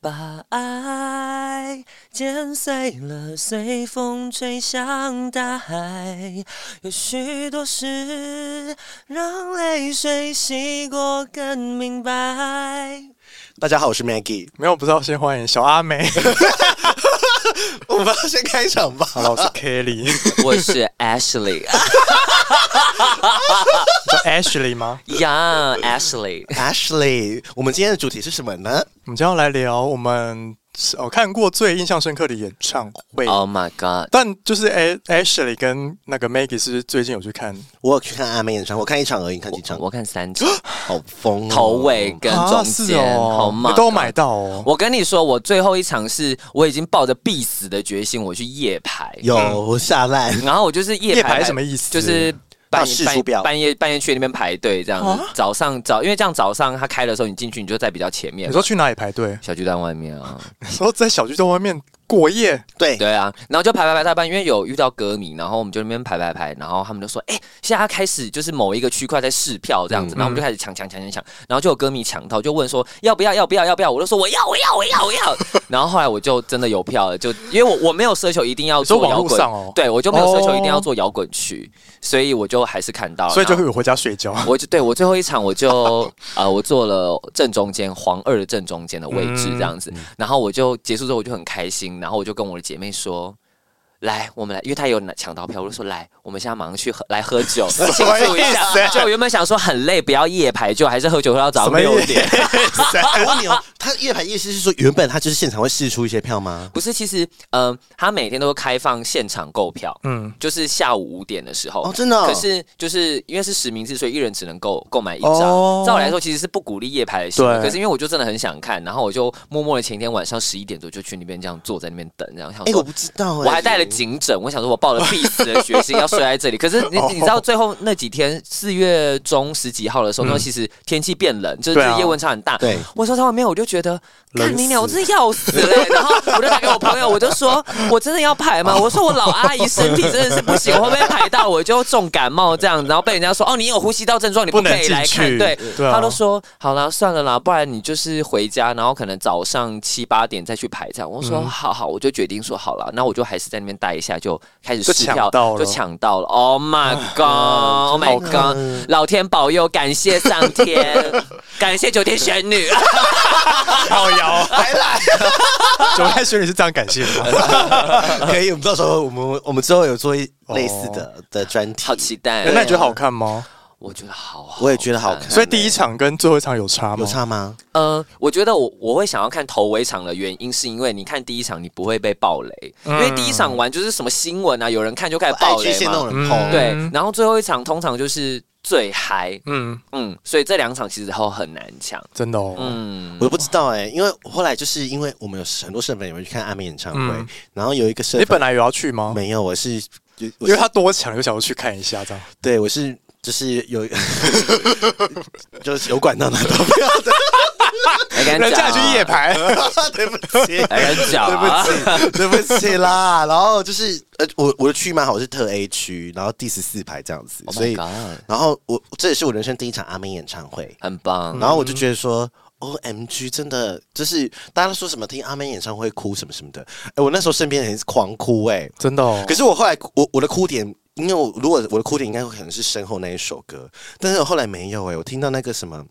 把爱剪碎了，随风吹向大海。有许多事，让泪水洗过更明白。大家好，我是 Maggie。没有，不知道先欢迎小阿美。我们要先开场吧。 好了，我是 Kelly，我是 Ashley 叫 Ashley 吗？呀，Ashley。 Ashley，我们今天的主题是什么呢？我们今天要来聊我们我看过最印象深刻的演唱会。 Oh my god！但就是 A Ashley 跟那个 Maggie 是不是最近有去看，我有去看阿妹演唱会，我看一场而已，看几场，哦我看三场，好疯、哦，头尾跟中啊是间，哦好吗？你都有买到哦。我跟你说，我最后一场是我已经抱着必死的决心，我去夜排。有我下烂，然后我就是夜夜排排什么意思就是半大事夜半出表夜半夜半夜去那边排队这样子。啊早上早，因为这样早上他开的时候，你进去你就在比较前面你。说去哪里排队？小巨蛋外面啊，你说在小区在外面过夜，对，对啊，然后就排排排排排，因为有遇到歌迷，然后我们就那边排排排，然后他们就说，哎、现在要开始就是某一个区块在试票这样嗯子，然后我们就开始抢抢抢抢抢，然后就有歌迷抢到，就问说要不要要不要要不要，我就说我要我要我要我要， 然后后来我就真的有票了，就因为我我没有奢求一定要你说做网摇 络滚，上哦对我就没有奢求一定要哦做摇滚曲，所以我就还是看到了，所以就然后会回家睡觉。 我就对我最后一场我就呃我坐了正中间黄二的正中间的位嗯置这样子，然后我就结束之后我就很开心，然后我就跟我的姐妹说。来，我们来，因为她有拿抢到票，我就说来，我们现在马上去喝，来喝酒，庆祝一下。就我原本想说很累，不要夜排，就还是喝酒喝到早啊什上么六意思点。我问你哦，他夜排夜市是说原本他就是现场会试出一些票吗？不是，其实，嗯、呃，他每天都会开放现场购票，嗯，就是下午五点的时候。哦，真的哦、可是就是因为是实名制，所以一人只能购购买一张。哦照理来说，其实是不鼓励夜排的行为。对可是因为我就真的很想看，然后我就默默的前一天晚上十一点多就去那边这样坐在那边等，然后想哎、我说。不知道、哎哦我还带了颈枕，我想说，我抱了必死的决心要睡在这里。可是哦你你知道，最后那几天四月中十几号的时候，那时候其实天气变冷，就是嗯对啊夜温差很大。对我说在外面，我就觉得，冷看你死俩，我真的要死 嘞！然后我就打给我朋友，我就说，我真的要排吗？我说我老阿姨身体真的是不行，我会不会排到我就重感冒这样子？然后被人家说，哦，你有呼吸道症状，你不不可能以来进看。去对，对啊他都说好啦，算了啦，不然你就是回家，然后可能早上七八点再去排这样。我嗯说好好，我就决定说好了，那我就还是在那边待一下，就开始就试抢票，到了就抢到了。Oh my 哦 god！Oh my 好 god！老天保佑，感谢上天， 感谢九天玄女。好摇，还来。 九太学你是这样感谢的 吗？可以，我们到时候我们我们之后有做一类似的、的专题，好期待。哦那你觉得好看吗？我觉得好好，我也觉得好看。所以第一场跟最后一场有差吗有？差吗？呃，我觉得我我会想要看头尾场的原因，是因为你看第一场你不会被爆雷，因为第一场玩就是什么新闻啊，有人看就开始嗯爱爆去雷线那嘛种。人碰，对，然后最后一场通常就是最嗨，嗯，嗯，所以这两场其实都很难 抢，真的哦。嗯，我都不知道哎、因为后来就是因为我们有很多社粉也会去看阿妹演唱会，嗯然后有一个社你粉本来有要去吗？没有，我是因哦因为他多抢，就想要去看一下这样。对我是就是有 就是有管道拿到票还 敢人讲啊家也去夜，排，的， 对不起。还敢讲对 啊，不起，对不起啦。然后就是，呃，我我的区嘛，我是特 A 区，然后第十四排这样子， Oh 所 my 以， god，然后我这也是我人生第一场阿妹演唱会，很棒，然后我就觉得说。O M G，真的就是大家都说什么听阿妹演唱会哭什么什么的，哎、我那时候身边人是狂哭哎、真的哦。可是我后来我我的哭点，因为我如果我的哭点应该可能是身后那一首歌，但是我后来没有哎、我听到那个什么，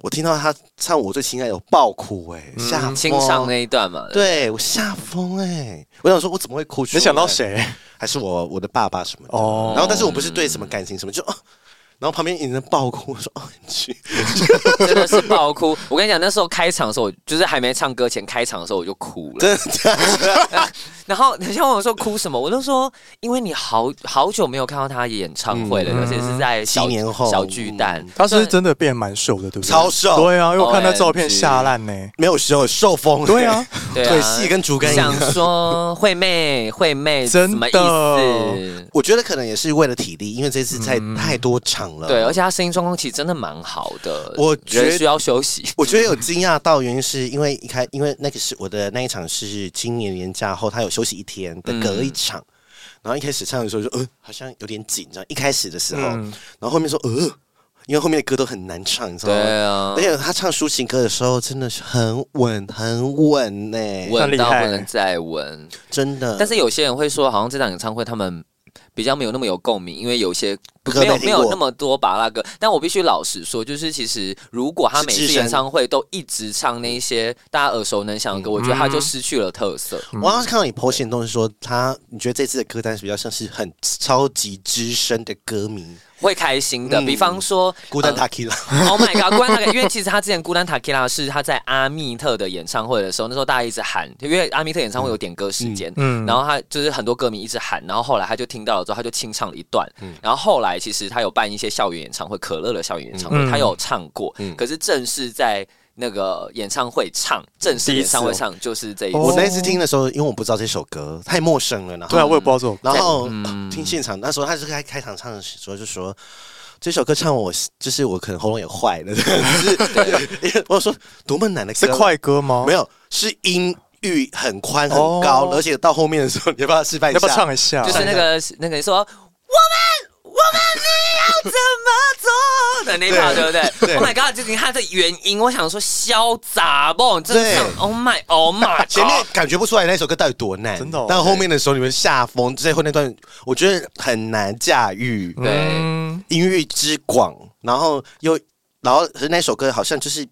我听到他唱《我最亲爱的》我爆哭哎、嗯吓疯清唱那一段嘛，对我吓疯哎、我想说我怎么会哭出来？你想到？谁？还是我我的爸爸什么的。哦然后但是我不是对什么感情什么就。哦然后旁边有人爆哭，我说：“哦，你去，真的是爆哭。我跟你讲，那时候开场的时候，我就是还没唱歌前开场的时候我就哭了。真的假的？ 然后人家问我说哭什么，我就说因为你好好久没有看到他演唱会了，而且是在小嗯七年后小巨蛋。他是不是真的变蛮瘦的，对不对？超瘦对啊，因为我看他照片 OMG 吓烂呢。没有瘦，受风。对啊，对啊腿细跟竹竿一样想。说 惠妹，惠妹真什么意的思？我觉得可能也是为了体力，因为这次太嗯太多场了。啊对，而且她声音状况其实真的蛮好的，我觉人需要休 息。我觉得有惊讶到，原因是因为一开，因为那个是我的那一场是今年年假后，他有休息一天的隔一场，然后一开始唱的时候就呃好像有点紧张，一开始的时候，然后后面说呃因为后面的歌都很难唱，你知道吗？对啊而，且他唱抒情歌的时候真的是很稳，很稳呢、稳到很厉害不能再稳。真的。但是有些人会说，好像这场演唱会他们比较没有那么有共鸣，因为有些歌没有没听没有过那么多巴拉歌。但我必须老实说，就是其实如果他每是次置身演唱会都一直唱那一些大家耳熟能详嗯的歌，我觉得他就失去了特色。我刚刚看到你剖写的东西说他，你觉得这次的歌单是比较像是很超级资深的歌迷，会开心的，嗯比方说孤单呃 Taki 啦， Oh my god！孤单塔 K，因为其实他之前孤单塔 K 拉是他在阿密特的演唱会的时候，那时候大家一直喊，因为阿密特演唱会有点歌时间，嗯嗯然后他就是很多歌迷一直喊，然后后来他就听到了之后，他就清唱了一段，嗯然后后来其实他有办一些校园演唱会，可乐的校园演唱会，嗯他有唱过，可是正式在那个演唱会唱，正式演唱会唱就是这一哦我次。那一次听的时候，因为我不知道这首歌，太陌生了，然后对啊，我也不知道这首然后、嗯呃听现场，那时候他是开开场唱的时候就说。这首歌唱我就是我可能喉咙也坏了， 就是我说多么难的歌，是快歌吗？没有，有是音域很宽很高，哦而且到后面的时候你要不要示范一要下？不要唱一下？就是那个那个你说我们我们你要怎么做的那一 part，对不对对？Oh my god！就是它的原因，我想说潇洒梦，真的对唱 Oh my Oh my！ 前面 God 感觉不出来那首歌到底多难，啊真的哦但后面的时候你们下风，最后那段我觉得很难驾驭，对嗯音域之广，然后又然后可是那首歌好像就是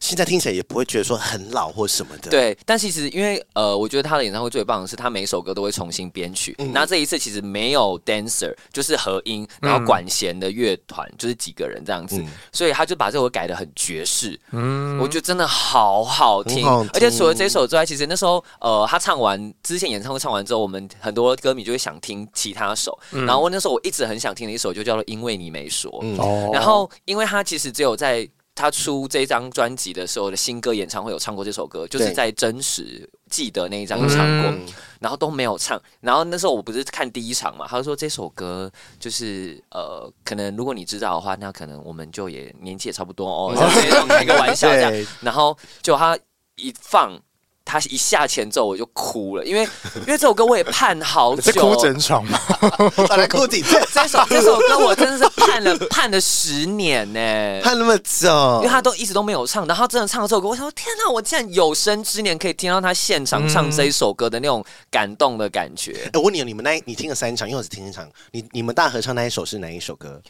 现在听起来也不会觉得说很老或什么的，，对，但其实因为呃，我觉得他的演唱会最棒的是他每一首歌都会重新编曲。嗯那这一次其实没有 dancer，就是合音，然后管弦的乐团、就是几个人这样子，嗯所以他就把这首歌改的很爵士。嗯，我觉得真的好好听，很好听而且除了这首之外，其实那时候呃，他唱完之前演唱会唱完之后，我们很多歌迷就会想听其他首，然后那时候我一直很想听的一首就叫做《因为你没说》。嗯哦然后，因为他其实只有在他出这张专辑的时候的新歌演唱会有唱过这首歌，就是对在真实记得那一张有唱过，嗯然后都没有唱。然后那时候我不是看第一场嘛，他就说这首歌就是呃，可能如果你知道的话，那可能我们就也年纪也差不多哦，像这种开个玩 笑这样。对，然后就他一放。他一下前奏我就哭了，因为 因为这首歌我也盼好久，哦是哭整场吗？再来哭 底，对这首这首歌我真的是盼了 盼了十年呢、看那么久因为，他都一直都没有唱，然后他真的唱这首歌，我想说天哪，我竟然有生之年可以听到他现场唱嗯这一首歌的那种感动的感觉。哎，我问你，你们那你听了三场，因为我只听一场，你你们大合唱那一首是哪一首歌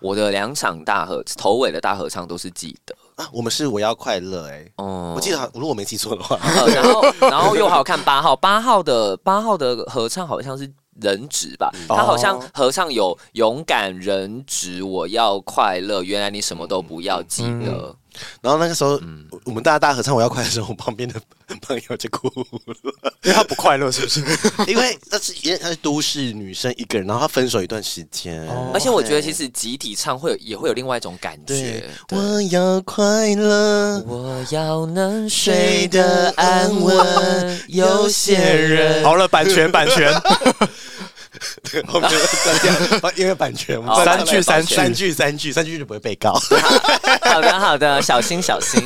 我的两场大合头尾的大合唱都是记得，啊？我们是我要快乐，哎，哦、我记得好，如果我没记错的话，呃，然后然后又好看八号，八号的八号的合唱好像是。人质吧，嗯他好像合唱有勇敢人质，我要快乐。原来你什么都不要，记嗯得。然后那个时候，我我们大家大合唱《我要快乐》的时候，我旁边的 朋友就哭了， 因为他不快乐，是不是？ 因为那是因为她是都市女生一个人，然后她分手一段时间，而且我觉得其实集体唱会有也会有另外一种感对觉。，我要快乐。我要能睡睡得得安安稳稳。有有些些人人好了，版权版 权，对，后面删掉， 因为版权，我们三句删三句哦三句三句三句就不会被告。 好的，好的，小心，小心。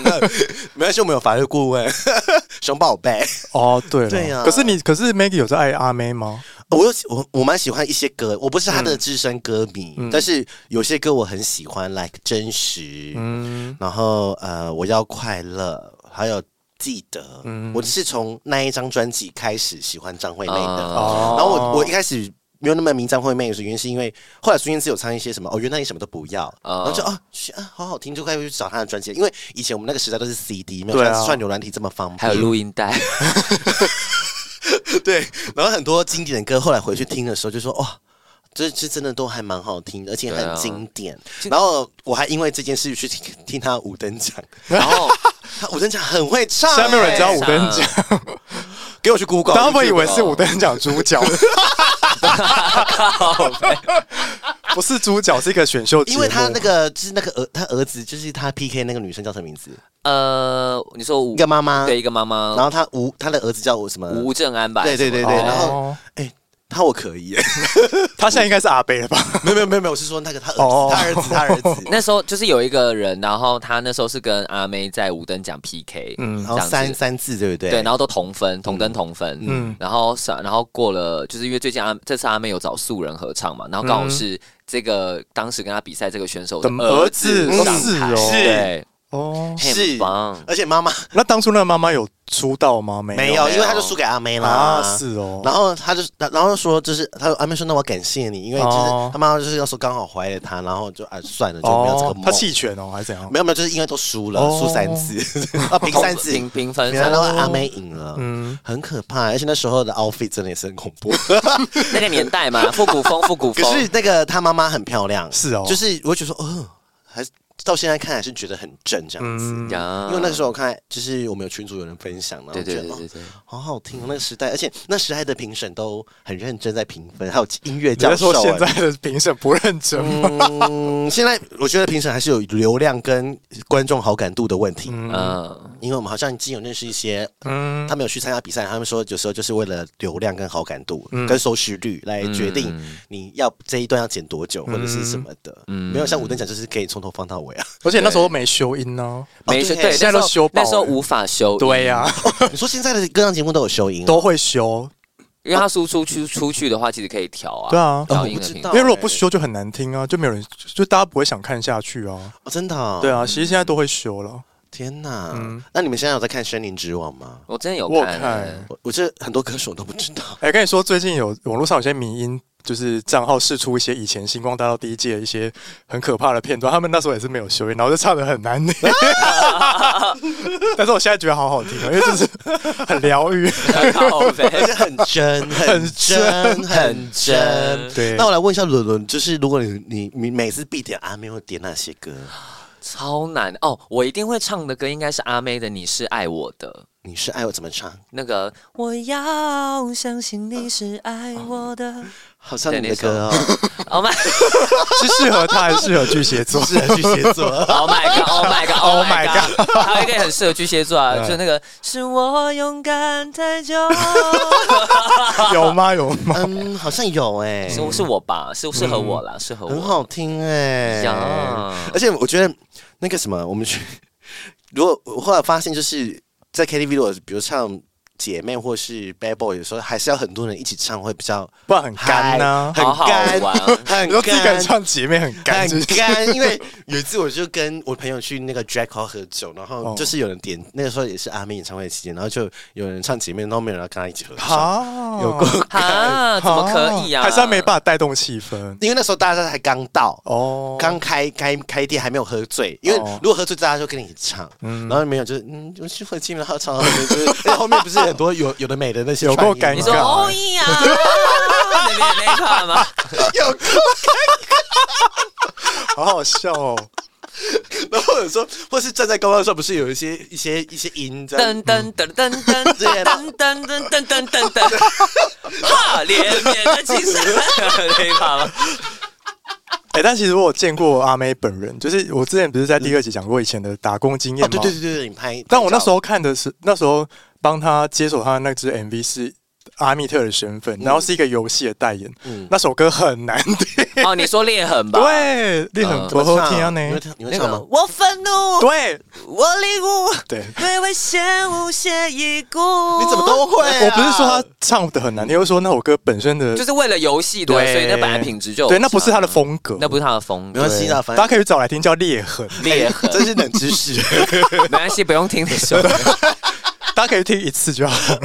没关系，我们有法律顾问， 熊宝贝。哦，对了，对啊可是你，可是 Maggie 有在爱阿妹吗？我有喜我我蛮喜欢一些歌，我不是他的资深歌迷，但是有些歌我很喜欢，like 真实，嗯，然后呃，我要快乐，还有记得，我是从那一张专辑开始喜欢张惠妹的。哦然后我我一开始没有那么迷张惠妹，原因是因为后来孙燕姿有唱一些什么哦，原来你什么都不要，哦然后就啊是啊好好听，就快去找她的专辑，因为以前我们那个时代都是 CD，没有对啊像串流软体这么方便，还有录音带， 对，然后很多经典的歌，后来回去听的时候就说哇。这这真的都还蛮好听，而且对啊很经典。然后我还因为这件事去听听他五等奖，然后他五等奖很会唱、欸现在没有人知道五等奖，给我去 Google，大家会以为是五等奖主角，不是主角，是一个选秀节目，因为他那个就是那个儿他儿子就是他 PK 那个女生叫什么名字？ 呃，你说吴一个妈妈，对一个妈然妈后他吴他的儿子叫我什么？吴正安吧？对对对还是什么对，然后哦哎，他我可以耶，他现在应该是阿贝了吧？ 没有没有没有没有，我是说那个他哦儿子，他儿子，他儿子， 那时候就是有一个人，然后他那时候是跟阿妹在五等奖 PK，嗯，然后三三次对不对？对，然后都同分，同灯同分，嗯，然后上然后过了，就是因为最近阿这次阿妹有找素人合唱嘛，然后刚好是这个、当时跟他比赛这个选手的的儿儿子子上是台，哦对，哦，很是棒，而且妈妈那当初那个妈妈有出道吗？没没有，因为他就输给阿妹啦。啊，是哦。然后他就，然后说，就是他阿妹说，那我感谢你，因为就是哦他妈妈就是要说刚好怀了他，然后就啊算了，就没有这个哦梦。，他弃权哦，还是怎样？没有没有，就是因为都输了，哦输三 次啊，平三次，平平分，然后阿妹赢了，嗯嗯，很可怕。而且那时候的 outfit 真的也是很恐 怖， 那个年代 嘛，复古风，复古可风，是那个他妈妈很漂亮，是哦就是我会觉得说，哦，还是到现在看还是觉得很正这样子。嗯，呀因为那个时候我看，就是我们有群主有人分享，然后对对觉对得对哦对，好好听哦，那个时代，而且那时代的评审都很认真在评分，还有音乐你教在授、说欸。现在的评审不认真吗？嗯，现在我觉得评审还是有流量跟观众好感度的问题，嗯，因为我们好像已经有认识一些，嗯，他们有去参加比赛，他们说有时候就是为了流量跟好感度、嗯跟收视率来决定你要这一段要剪多久或者是什么的，嗯嗯没有像五等奖就是可以从头放到尾啊。而且那时候没修音呢，没事，哦对对，现在那时候都修爆那时候了无法修，对呀，你说现在的歌唱节目都有收音哦，都会修，因为他输出去出去的话，其实可以调啊，对啊。调哦音我的知频道因为如果不修就很难听啊，就没有人，就大家不会想看下去啊。哦真的、哦，对，啊，嗯其实现在都会修了。天哪！那你们现在有在看《森林之王》吗？我真的有我有看欸看，我我这很多歌手都不知道， 哎，跟你说，最近有网络上有些迷音，就是账号试出一些以前《星光大道》第一届的一些很可怕的片段，他们那时候也是没有修音，然后就唱的很难听。 但是我现在觉得好好听，哦，因为这是很疗愈。欸 靠北而且很 真，很真，很真。对那我来问一下伦伦，就是如果你你你每次必点阿妹会啊点哪些歌？超难哦！我一定会唱的歌应该是阿妹的《你是爱我的》，你是爱我怎么唱？那个我要相信你是爱我的。好像你的歌 哦， Oh my 是适合他，还是适合巨蟹座？是巨蟹 座。 Oh my God Oh my God Oh Oh my my God！还有一个也很适合巨蟹座啊，就那个是我勇敢太久，有吗？有吗？嗯，好像有哎，是是我吧？是适合我啦，适合很我。好听哎呀。而且我觉得那个什么，我们去，如果我后来发现，就是在 KTV 如果比如唱。姐妹或是 bad boy 有时候还是要很多人一起唱会比较不然很干呐、嗨好好很玩干，很你说自己敢干，唱姐妹很干，就很是干，因为有一次我就跟我朋友去那个 Jack Hall 喝酒，然哦后就是有人点，那个时候也是阿妹演唱会期间，然后就有人唱姐妹，然后没有人要跟他一起合唱，啊，有过，啊，怎么可以啊？哦还是他没办法带动气氛因为那时候大家才刚到。哦。刚开开开店还没有喝醉，因为哦如果喝醉大家就跟你一起唱，然后没有就是嗯，我去喝酒，然后唱到后面就是，因为后面不是很多有有的没的那些有够传你音尴吗说哦尬呀， 那边那一块吗？好好笑哦，然后或者说或是站在高高的时候，不是有一些一些一些音这噔样噔噔噔噔噔噔噔噔噔噔噔噔，哈，脸脸的精神，可以吗？ 哎、但其实我有见过阿妹本人，就是我之前不是在第二集讲过以前的打工经验哦，吗？对对对对，你拍，但我那时候候看的是，那时候帮他接手他的那支 MV 是阿密特的身份，嗯然后是一个游戏的代言，那首歌很难 听，哦，你说裂痕嗯吧？，呃对，你很不好听啊你呢会，唱你会那唱个吗？我愤怒，对我领悟， 对。 对危险无懈一顾。你怎么都会啊？我不是说他唱的很难听，我是说那首歌本身的就是为了游戏的，对，所以那本来品质就有对，那不是他的差，风格，那不是他的风没，关系啦，对反大正家可以去找来听，叫裂痕，裂 痕真是冷知识。没关系，不用听那首。大家可以听一次就好了，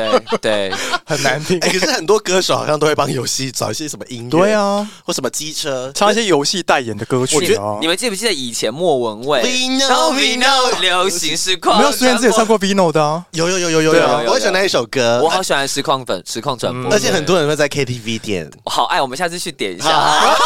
对对，很难听。哎，可是很多歌手好像都会帮游戏找一些什么音乐，对，啊，或什么机车。唱一些游戏代言的歌曲我觉啊得你。们记不记得以前莫文 We 蔚 know, 然后 we know 流行是我狂，没有虽然自己唱过 Vino 的啊，有有有有有对啊有有有，我很喜欢那一首歌我，好喜欢实况粉、实况转播，呃哎嗯而且很多人会在 KTV 点，我好哎爱，我们下次去点一下。啊，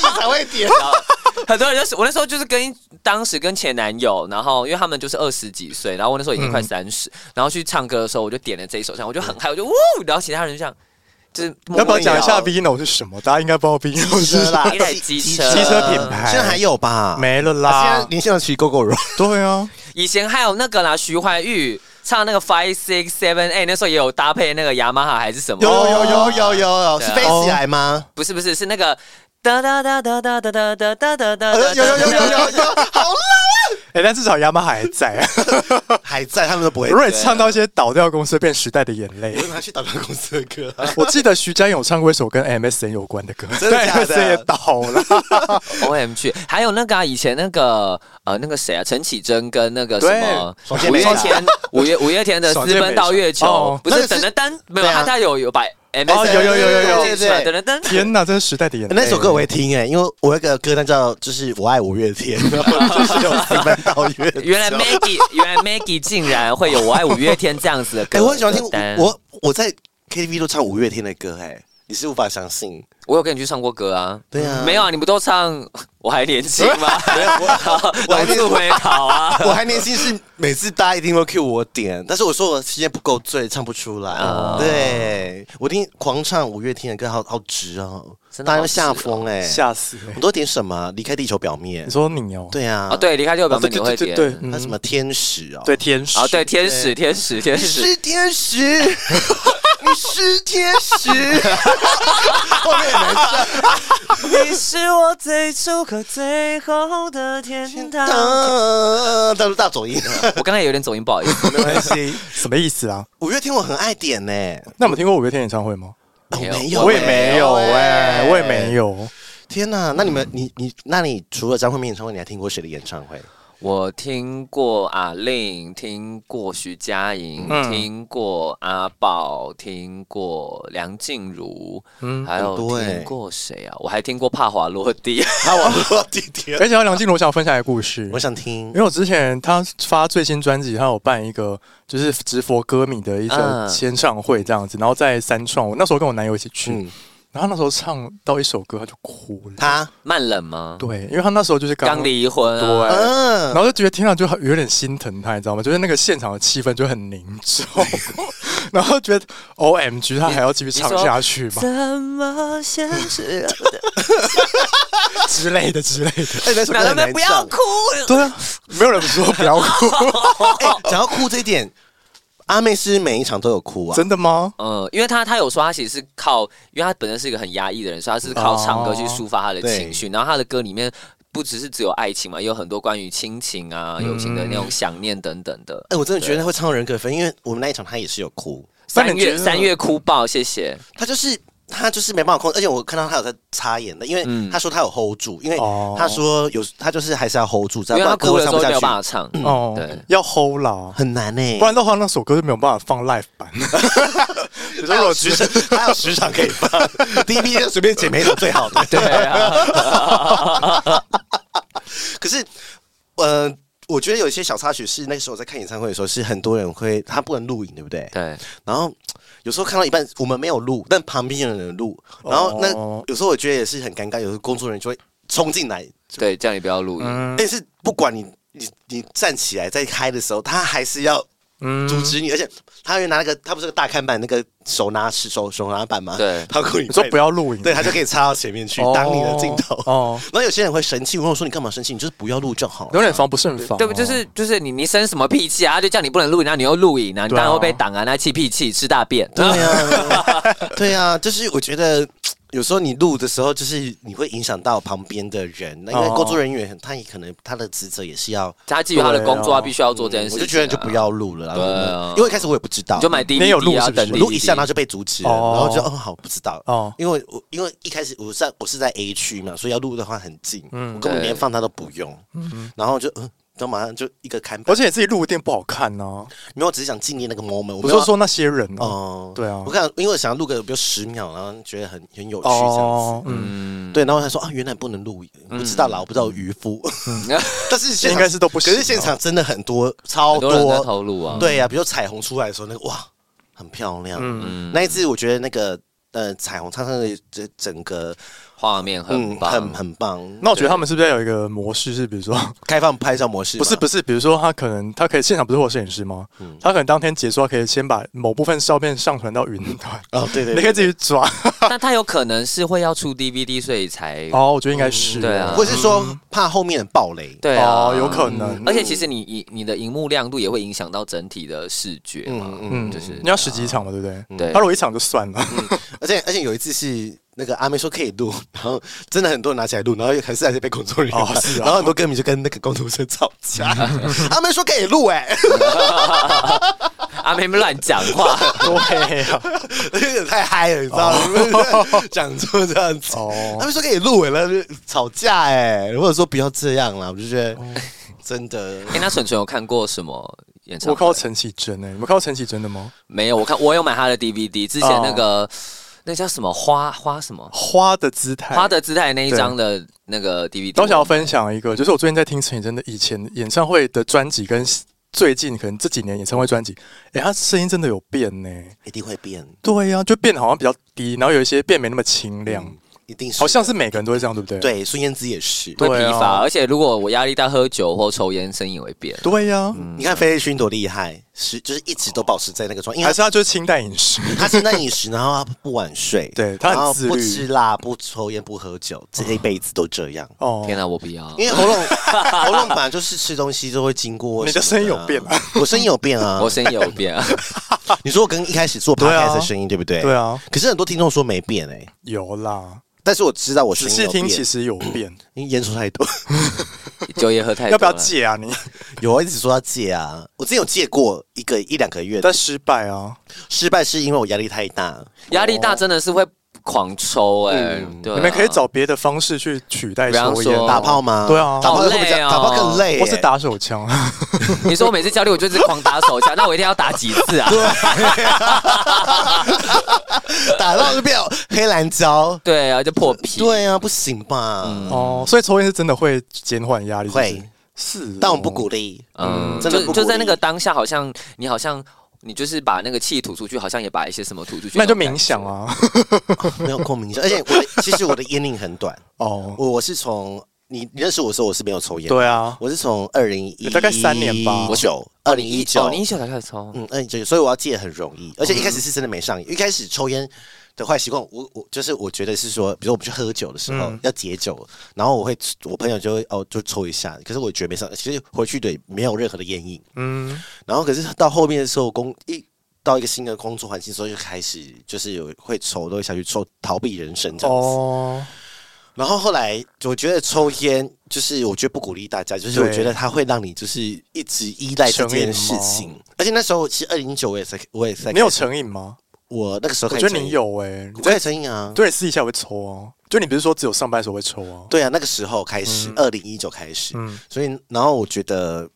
你才会点。 很多人就是我那时候就是跟当时跟前男友，然后因为他们就是二十几岁，然后我那时候已经嗯快三十、然后去唱歌的时候，我就点了这一首，这样我就很嗨，我就呜，然后其他人就这样，就是默要不默要讲一下我 Vino 是什么？大家应该不知道 Vino 是车什么啦一台机车机车品牌现在还有吧？没了啊，现啦在。连线要骑 GoGo 肉，对啊，以前还有那个啦，徐怀钰唱那个 Five Six Seven Eight，那时候也有搭配那个雅马哈还是什么？有有有有有有，对是啊飞起来吗？不是不是是那个哒哒哒哒哒哒哒哒哒哒哒，呃有有有有有有，好哎、但至少雅马哈还在啊。了，还在，他们都不会。瑞唱到一些倒掉公司变时代的眼泪 我。会拿去打广告公司的歌、啊。我记得徐佳莹有唱过一首跟 MSN 有关的歌，真的假的 MSN 也倒了。 O M G，还有那个、啊、以前那个呃那个谁啊，陈绮贞跟那个什么对爽健五美月爽天五月五月天的《私奔到月球》哦不是那个等是等等，没有对啊他他有有把 M 哦 S 有有有有有对对对等等等，天哪，真是时代的眼 泪。那首歌我会听哎、因为我有一个歌单叫就是我爱五月天， 然后就是有私奔到月球。原来 Maggie 原来 Maggie 竟然会有我爱五月天这样子的哎、歌，我很喜欢听歌单我我在 KTV 都唱五月天的歌哎、你是无法相信。我有跟你去唱过歌啊，对啊没有啊，你不都唱我还年轻吗？我老还年树回头啊，我还年轻，是每次大家一定会 cue 我点，但是我说我时间不够醉，唱不出来。哦对我一定狂唱五月天的歌，好好值哦，真的大家好都值吓疯哎。吓死、我欸！都点什么？离开地球表面你。说你哦，对啊，啊，对，离开这个版本你会对点对对对，嗯还有什么天使哦？对天使啊，对，天使对天使天你使，是天 使，你是天使，后面 也难唱。你是我最初和最后的天堂。大大走音， 我刚才有点走音，不好意思。没关系， 什么意思啊？五月天我很爱点呢、那我们听过五月天演唱会吗？哦没有没有、我也没有哎、我也没有。有。天哪，那你们，你你，那你除了张惠妹演唱会，你还听过谁的演唱会？我听过阿令，听过徐佳莹，嗯听过阿宝，听过梁静茹，嗯，还有很多欸听过谁啊？我还听过帕华罗蒂。 啊， 我弟弟， 而且要梁静茹，我想分享一个故事我。想听因。为我之前他发最新专辑，他有办一个就是直佛歌迷的一嗯个签唱会这样子，然后在三创，我那时候跟我男友一起去，嗯，然后他那时候唱到一首歌他就哭了，他，慢冷吗？对，因为他那时候就是刚刚离婚、对，啊。嗯然，后就觉得听到就很有点心疼他，你知道吗？就是那个现场的气氛就很凝重， 然后觉得 O M G，他还要继续唱下去吗怎么现实？ 之类的之类的。哎，那首歌男很人们难不要唱哭。。对啊，没有人说不 要哭，哎，讲到哭这一点，阿妹是不是每一场都有哭啊。真的吗？嗯，因为他他有说他其实是靠，因为他本身是一个很压抑的人，所以他是哦靠唱歌去抒发他的情绪。然后他的歌里面不只是只有爱情嘛，也有很多关于亲情啊、友情的那嗯种想念等等的。哎，我真的觉得会唱人格分，因为我们那一场他也是有哭，三那你觉月得三月哭爆，谢谢。他就是。他就是没办法控制，而且我看到他有在擦眼泪，因嗯为他说他有 hold 住，因为哦他说有他就是还是要 hold 住，只因要为他哭不然歌会的时唱候不没下有办法去，唱。嗯 哦嗯对，要 hold 啦，很难欸呢、不然的话那首歌就没有办法放 live 版。你说还有我十场， 还有十场可以放。第一批就随便捡每一首最好 的。对啊，可是，呃，我觉得有一些小插曲是那时候我在看演唱会的时候，是很多人会他不能录影，对不对？对，然后有时候看到一半，我们没有录，但旁边有人录，然后那、哦有时候我觉得也是很尴尬，有时候工作人员就会冲进来，对，这样你不要录音。嗯但是不管你你你站起来在嗨的时候，他还是要嗯阻止你，而且他会拿那个他不是有个大看板那个手拿是手手拿板吗？对他故意你说不要，要录影，对，他就可以插到前面去哦挡你的镜头。哦，然后有些人会生气，我跟我说你干嘛生气？你就是不要录就好了。有点防不胜防哦。对不？就是就是你你生什么脾气啊？就叫你不能录影，然后你又录影啊，你对啊当然会被挡啊！那气屁气，吃大便。对啊，对啊，就是我觉得有时候你录的时候，就是你会影响到旁边的人，那因为哦工作人员他也可能他的职责也是要，他基于他的工作，对他啊必须要做这件事情啊。嗯我就觉得你就不要录了啦。对啊我们因为一开始我也不知道，你就买 DVD 你有录啊，是不是等我录一下，他然后就被阻止了，哦然后就哦好不知道。哦，因为我因为一开始我在我是在 A 区嘛，所以要录的话很近，我根本嗯对连放它都不用，然后就嗯，然后马上就一个看板而，且你自己录一定不好看呢。没有，我只是想纪念那个 moment，我我没有就说那些人哦，哦，对啊我看，因为我想要录个比如十秒，然后觉得很很有趣这样子。哦，嗯，嗯，对，然后他说啊，原来不能录影，不知道啦，我不知道有渔 夫，但是现应场该是都不可行哦是现场真的很多，超很多人在投入啊。对呀、比如彩虹出来的时候，那个哇，很漂亮。嗯那一次我觉得那个呃彩虹唱上的整整个画面嗯很棒，很很棒。那我觉得他们是不是要有一个模式，是比如说，开放拍照模式不是嘛不是，比如说他可能他可以现场不是会有摄影师吗？他可能当天结束，他可以先把某部分照片上传到云端，哦， 对对你可以自己抓。但他有可能是会要出 DVD，所以才哦，我觉得应该是，嗯对啊或是说怕后面的暴雷。对啊哦，，有可能。而且其实你你你的荧幕亮度也会影响到整体的视觉嘛，嗯嗯，就是你要十几场嘛，对不对？对他如果一场就算了，而且而且有一次是那个阿妹说可以录，然后真的很多人拿起来录，然后还是还是被工作人员哦拍，是啊然后很多歌迷就跟那个工读生吵 架。阿妹说可以录哎、阿妹们乱讲话， 对啊，有点太嗨了，你知道吗？讲出这样子，哦 他们说可以录哎，那就吵架哎，或者说不要这样啦，我就觉得哦真的哎、那蠢蠢有看过什么演唱我会？看到陈绮贞欸诶，你们看到陈绮贞的吗？没有，我看我有买他的 DVD，之前那个、哦那叫什么花花什么花的姿态，花的姿态那一张的那个 DVD，那我想要我分享一个，就是我最近在听陈绮贞的以前演唱会的专辑，跟最近可能这几年演唱会专辑，诶，她声音真的有变呢。一定会变，对啊呀、就变得好像比较低，然后有一些变没那么清亮，嗯一定是好像是每个人都会这样，对不对？对孙燕姿也是。会疲对啊乏、而且如果我压力大，喝酒或抽烟，声音也会变。对啊呀、你看费玉清多厉害，是就是一直都保持在那个状态，因还为是他就是清淡饮食。他他现在饮食，然后他不晚睡，对他很然后自律啊不吃辣，不抽烟，不喝酒，这一辈子都这样。哦，天哪、啊我不要！因为 喉咙喉咙本来就是吃东西都会经过你的什么声音有变啊啊，我声音有变 啊，我声音有变，你说我跟一开始做对啊 podcast 的声音对不对？对啊，可是很多听众说没变哎、有啦，但是我知道我声仔音细有变听，其实有变，因为演出太多，酒也喝太多了。要不要戒啊你？有啊，一直说要戒啊。我之前有戒过一个一两个月，但但失败啊，失败是因为我压力太大。压力大真的是会狂抽哎、对啊、你们可以找别的方式去取代比方抽烟说哦打炮吗？对啊打炮好会比较累哦打炮更累、欸，或是打手枪，你说我每次焦虑，我就是狂打手枪，那我一定要打几次啊？打到就变黑蓝胶。对啊，就破皮。对啊，不行吧？哦，所以抽烟是真的会减缓压力，会是不是是哦，但我不鼓励。嗯，真的不就就鼓在那励 个当下，好像你好像你就是把那个气吐出去，好像也把一些什么吐出去。那就种感冥想觉。啊，没有空明显，而且我的其实我的烟龄很短，哦，我我是从你你认识我的时候我是没有抽烟，，对啊，我是从二零一大概三年吧九二零一九哦，你一九才开始抽，嗯，二零一九，所以我要戒很容易，而且一开始是真的没上瘾，一开始抽烟。的坏习惯，我我就是我觉得是说，比如说我们去喝酒的时候、嗯要解酒，然后我会我朋友就会哦就抽一下，可是我觉得没上，其实回去的也没有任何的烟瘾，嗯，然后可是到后面的时候，工一到一个新的工作环境的时候，就开始就是有会抽，都会下去抽，逃避人生这样子。哦，然后后来我觉得抽烟就是我觉得不鼓励大家，就是对我觉得它会让你就是一直依赖这件事成瘾情。而且那时候其实二零一九我也在，我也在，你有成瘾吗？我那个时候我开觉始得你成瘾，有哎，我开始成瘾啊。对，私底下会抽哦。就你不是说只有上班的时候会抽哦？对啊，那个时候开始，二零一九开始，嗯所以然后我觉得，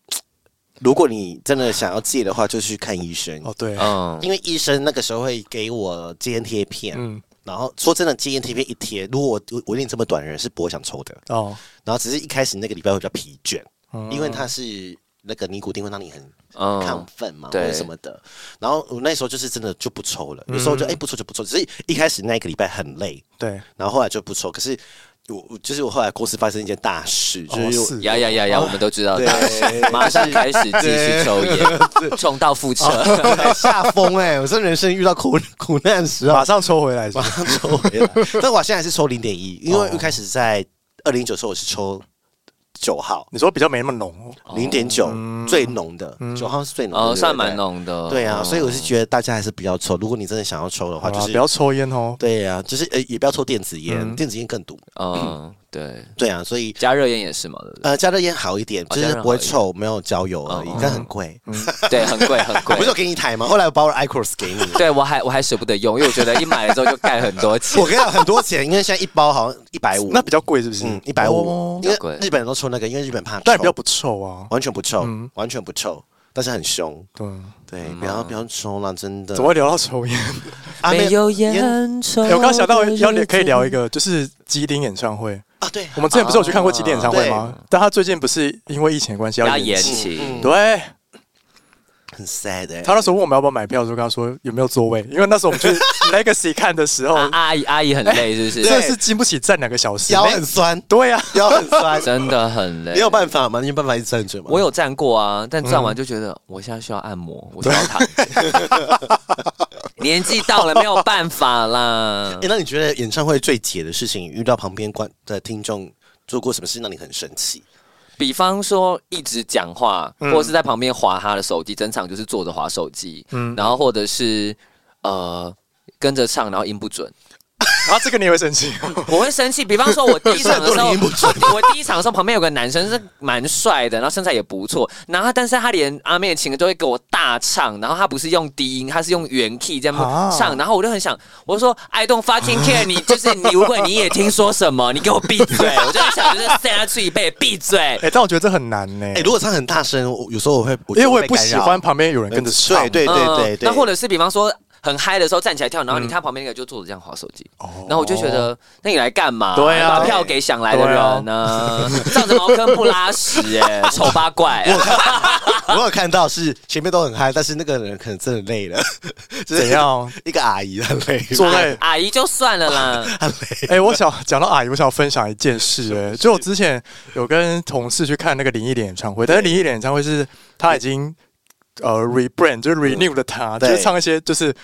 如果你真的想要戒的话，就去看医生，哦，对，嗯，因为医生那个时候会给我戒烟贴片，嗯，然后说真的，戒烟贴片一贴，如果我我我练这么短的人是不会想抽的。哦，然后只是一开始那个礼拜会比较疲倦，嗯因为它是那个尼古丁会让你很嗯亢奋嘛，对或者什么的。然后我那时候就是真的就不抽嗯了，有时候就哎、不抽就不抽，只是一开始那一个礼拜很累，对，哦然后后来就不抽。可是我我就是我后来公司发生一件大事，就哦是我。是呀呀呀呀，我们都知道，对大师 马上开始继续抽烟，重蹈覆辙。哦下风哎、 我这人生遇到苦苦难的时马上抽回来是吧马？上抽回啊来。但我现在还是抽零点一，因哦为一开始在二零一九时候我是抽九号，你说比较没那么浓哦，嗯零点九最浓的，九号是最浓 的，对哦，不算对蛮。浓的。对啊，哦嗯所以我是觉得大家还是不要抽，如果你真的想要抽的好话，就啦，是不要抽烟哦。对啊，就是呃也不要抽电子烟，嗯电子烟更毒。嗯，对，对啊，所以。加热烟也是嘛，对不对呃，加热烟好一点，哦就是不会加热烟臭，没有焦油而已哦，但很贵。嗯啊对，很贵很 我不是贵。有给你一台吗？后来我把我的 iCross 给你， 对我还我还舍不得用，因为我觉得一买了之后就盖很多钱我。跟你讲很多钱，因为现在一包好像一百五，那比较贵是不是嗯？一百五哦，因为比较贵日本人都抽那个，因为日本怕臭，但也比较不臭啊。完全不臭，嗯完全不臭，但是很凶。对，对，嗯不要不要抽啦，真的怎。么会聊到抽烟？啊没有烟抽。哎我刚刚想到要聊，可以聊一个，就是吉林演唱会。啊？对，我们之前不是有去看过吉林演 唱会吗？但他最近不是因为疫情的关系要压延延期？期，嗯对，很 sad 哎、他那时候问我们要不要买票的时候，跟他说有没有座位，因为那时候我们去 Legacy 看的时候，啊阿姨阿姨很累是不真是？的是经不起站两个小时。腰没很酸， 对啊， 腰很酸，真的很累没。有办法嘛，你有办法一直站着嘛。我有站过啊，但站完就觉得我现在需要按摩，我需要躺 着。年纪到了没有办法啦哎、。那你觉得演唱会最解的事情，遇到旁边观的听众做过什么事让你很生气？比方说一直讲话，嗯或者是在旁边划他的手机，整场就是坐着划手机，嗯然后或者是呃跟着唱，然后音不准，然后这个你也会生气， 我会生气。比方说，我第一场的时候很多人音不， 我第一场的时候旁边有个男生是蛮帅的，然后身材也不错，然后他但是他连阿妹的情歌都会给我大唱，然后他不是用低音，他是用原 key 这啊样唱，然后我就很想，我就说 I don't fucking care，你就是你，如果你也听说什么，你给我闭嘴，我就很想就是扇他去一背，闭嘴。哎，但我觉得这很难呢哎、，如果唱很大声，我有时候我会，因因为我也不喜欢旁边有人跟着唱。对对对对嗯对，那 或者是比方说很嗨的时候站起来跳，然后你看旁边那个就坐着这样划手机，嗯哦然后我就觉得那你来干嘛？对啊把票给想来的人呢，仗着茅坑不拉屎， 哎，丑八怪。我有看到是前面都很嗨，但是那个人可能真的累了， 就是怎样 一个阿姨很累，坐在 阿姨就算了 啦，很累，哎、我想讲到阿姨，我想分享一件事、哎，就我之前有跟同事去看那个林忆莲演唱会，但是林忆莲演唱会是她已经呃 rebrand 就是 renew 了她，就对是唱一些就是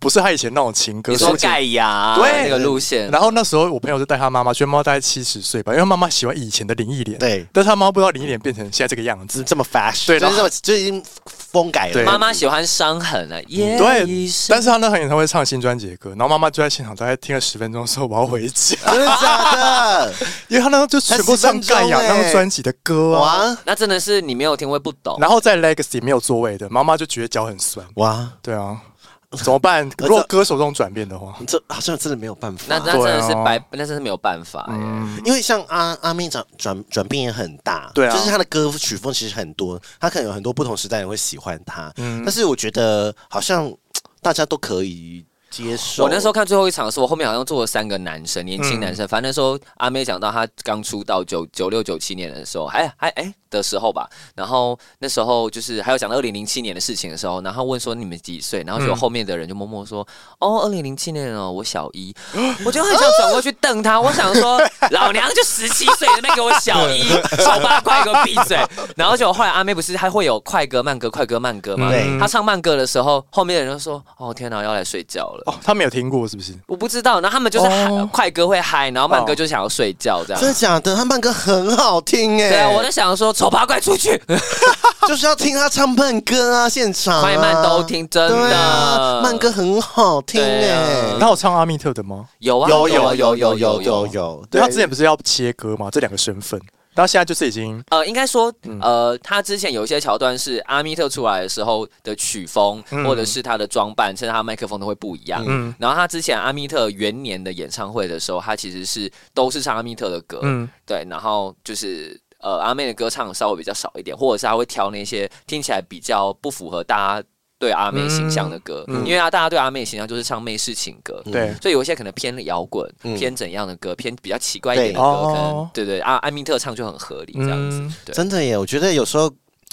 不是她以前那种情歌你，说抒情盖牙对那个路线，然后那时候我朋友就带他妈妈去，猫大概七十岁吧，因为她妈妈喜欢以前的林忆莲，对但是他妈妈不知道林忆莲变成现在这个样子，这么 fashion，对就然是后这么就已经风改了。对妈妈喜欢伤痕啊，耶，嗯对医，生但是他那场演唱会唱新专辑的歌，然后妈妈就在现场大概听了十分钟，说我要回家，真的假的？因为他那时候就全部唱才10分钟盖亚那哎张专辑的歌啊，哇那真的是你没有听会不懂。然后在 Legacy 没有座位的，妈妈就觉得脚很酸。哇，对啊，怎么 办？如果歌手这种转变的话，这好像真的没有办法。那那真的是对啊白，那真是没有办法耶。因为像阿阿妹转转转变也很大，对啊就是她的歌曲风其实很多，她可能有很多不同时代人会喜欢她，嗯但是我觉得好像嘖大家都可以接受。我那时候看最后一场的时候，我后面好像坐了三个男生，年轻男生。反正那时候阿妹讲到她刚出道九九六九七年的时候，还还哎的时候吧。然后那时候就是还有讲到二零零七年的事情的时候，然后问说你们几岁？然后结果嗯后面的人就默默说、哦，二零零七年哦，我小一。我就很想转过去瞪他，我想说 老娘就十七岁，那边给我小一，丑八怪，给我闭嘴。然后结果后来阿妹不是她会有快歌慢歌快歌慢歌嘛？对她唱慢歌的时候，后面的人就说哦天哪，要来睡觉了。哦，他没有听过是不是？我不知道，然后他们就是嗨、哦快歌会嗨，然后慢歌哦就想要睡觉这样。真的假的？她慢歌很好听哎、啊对啊，我在想说丑八怪出去，就是要听她唱慢歌啊，现场、啊、快慢都听，真对的、啊，慢歌很好听哎、对啊他有唱阿密特的吗？有啊，有啊有有有有有。有，对他之前不是要切割吗？这两个身份，他现在就是已经呃，应该说，呃，他之前有一些桥段是阿密特出来的时候的曲风，嗯或者是他的装扮，甚至他麦克风都会不一样。嗯然后他之前阿密特元年的演唱会的时候，他其实是都是唱阿密特的歌，嗯对，然后就是呃阿妹的歌唱稍微比较少一点，或者是她会挑那些听起来比较不符合大家对阿妹形象的歌，嗯嗯因为啊大家对阿妹形象就是唱妹式情歌。对所以有一些可能偏摇滚、嗯偏怎样的歌，偏比较奇怪一点的对歌，可能哦对对，阿阿密特唱就很合理这样子。嗯对，真的耶，我觉得有时候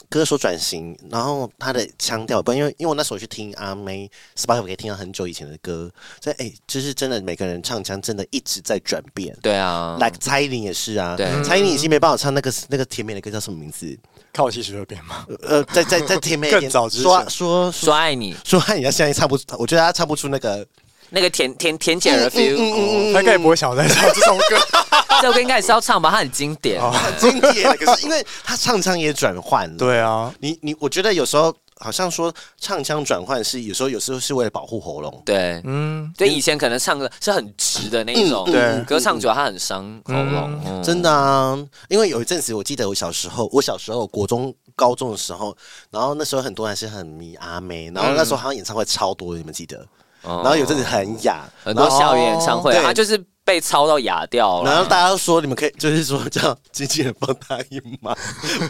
歌手转型，然后他的腔调，不然因为因为我那时候去听阿妹 Spotify 可以听到很久以前的歌，所以哎、就是真的每个人唱腔真的一直在转变。对啊， like 蔡依林也是啊，对蔡依林已经没办法唱那个那个甜美的歌叫什么名字？靠我七十二变吗？ 呃，再再再甜美一点，更早之前说说说说爱你说汉语，他现在唱不出，我觉得他唱不出那 个那个甜甜甜姐的 feel，他应该也不会想要再唱这首 歌。这个应该也是要唱吧，它很经典。经典的，可是因为他唱腔也转换了。对啊，你你，我觉得有时候好像说唱腔转换是有时候有时候是为了保护喉咙。对，嗯，对，以前可能唱的是很直的那一种，嗯嗯可是唱久了它很伤喉咙。嗯真的啊，因为有一阵子，我记得我小时候，我小时候国中、高中的时候，然后那时候很多人还是很迷阿妹，然后那嗯时候好像演唱会超多，你们记得？然然后有阵子很哑，哦很多然后校园演唱会，啊哦对他就是被抄到哑掉然了。后大家都说你们可以，就是说叫经纪人帮他一忙，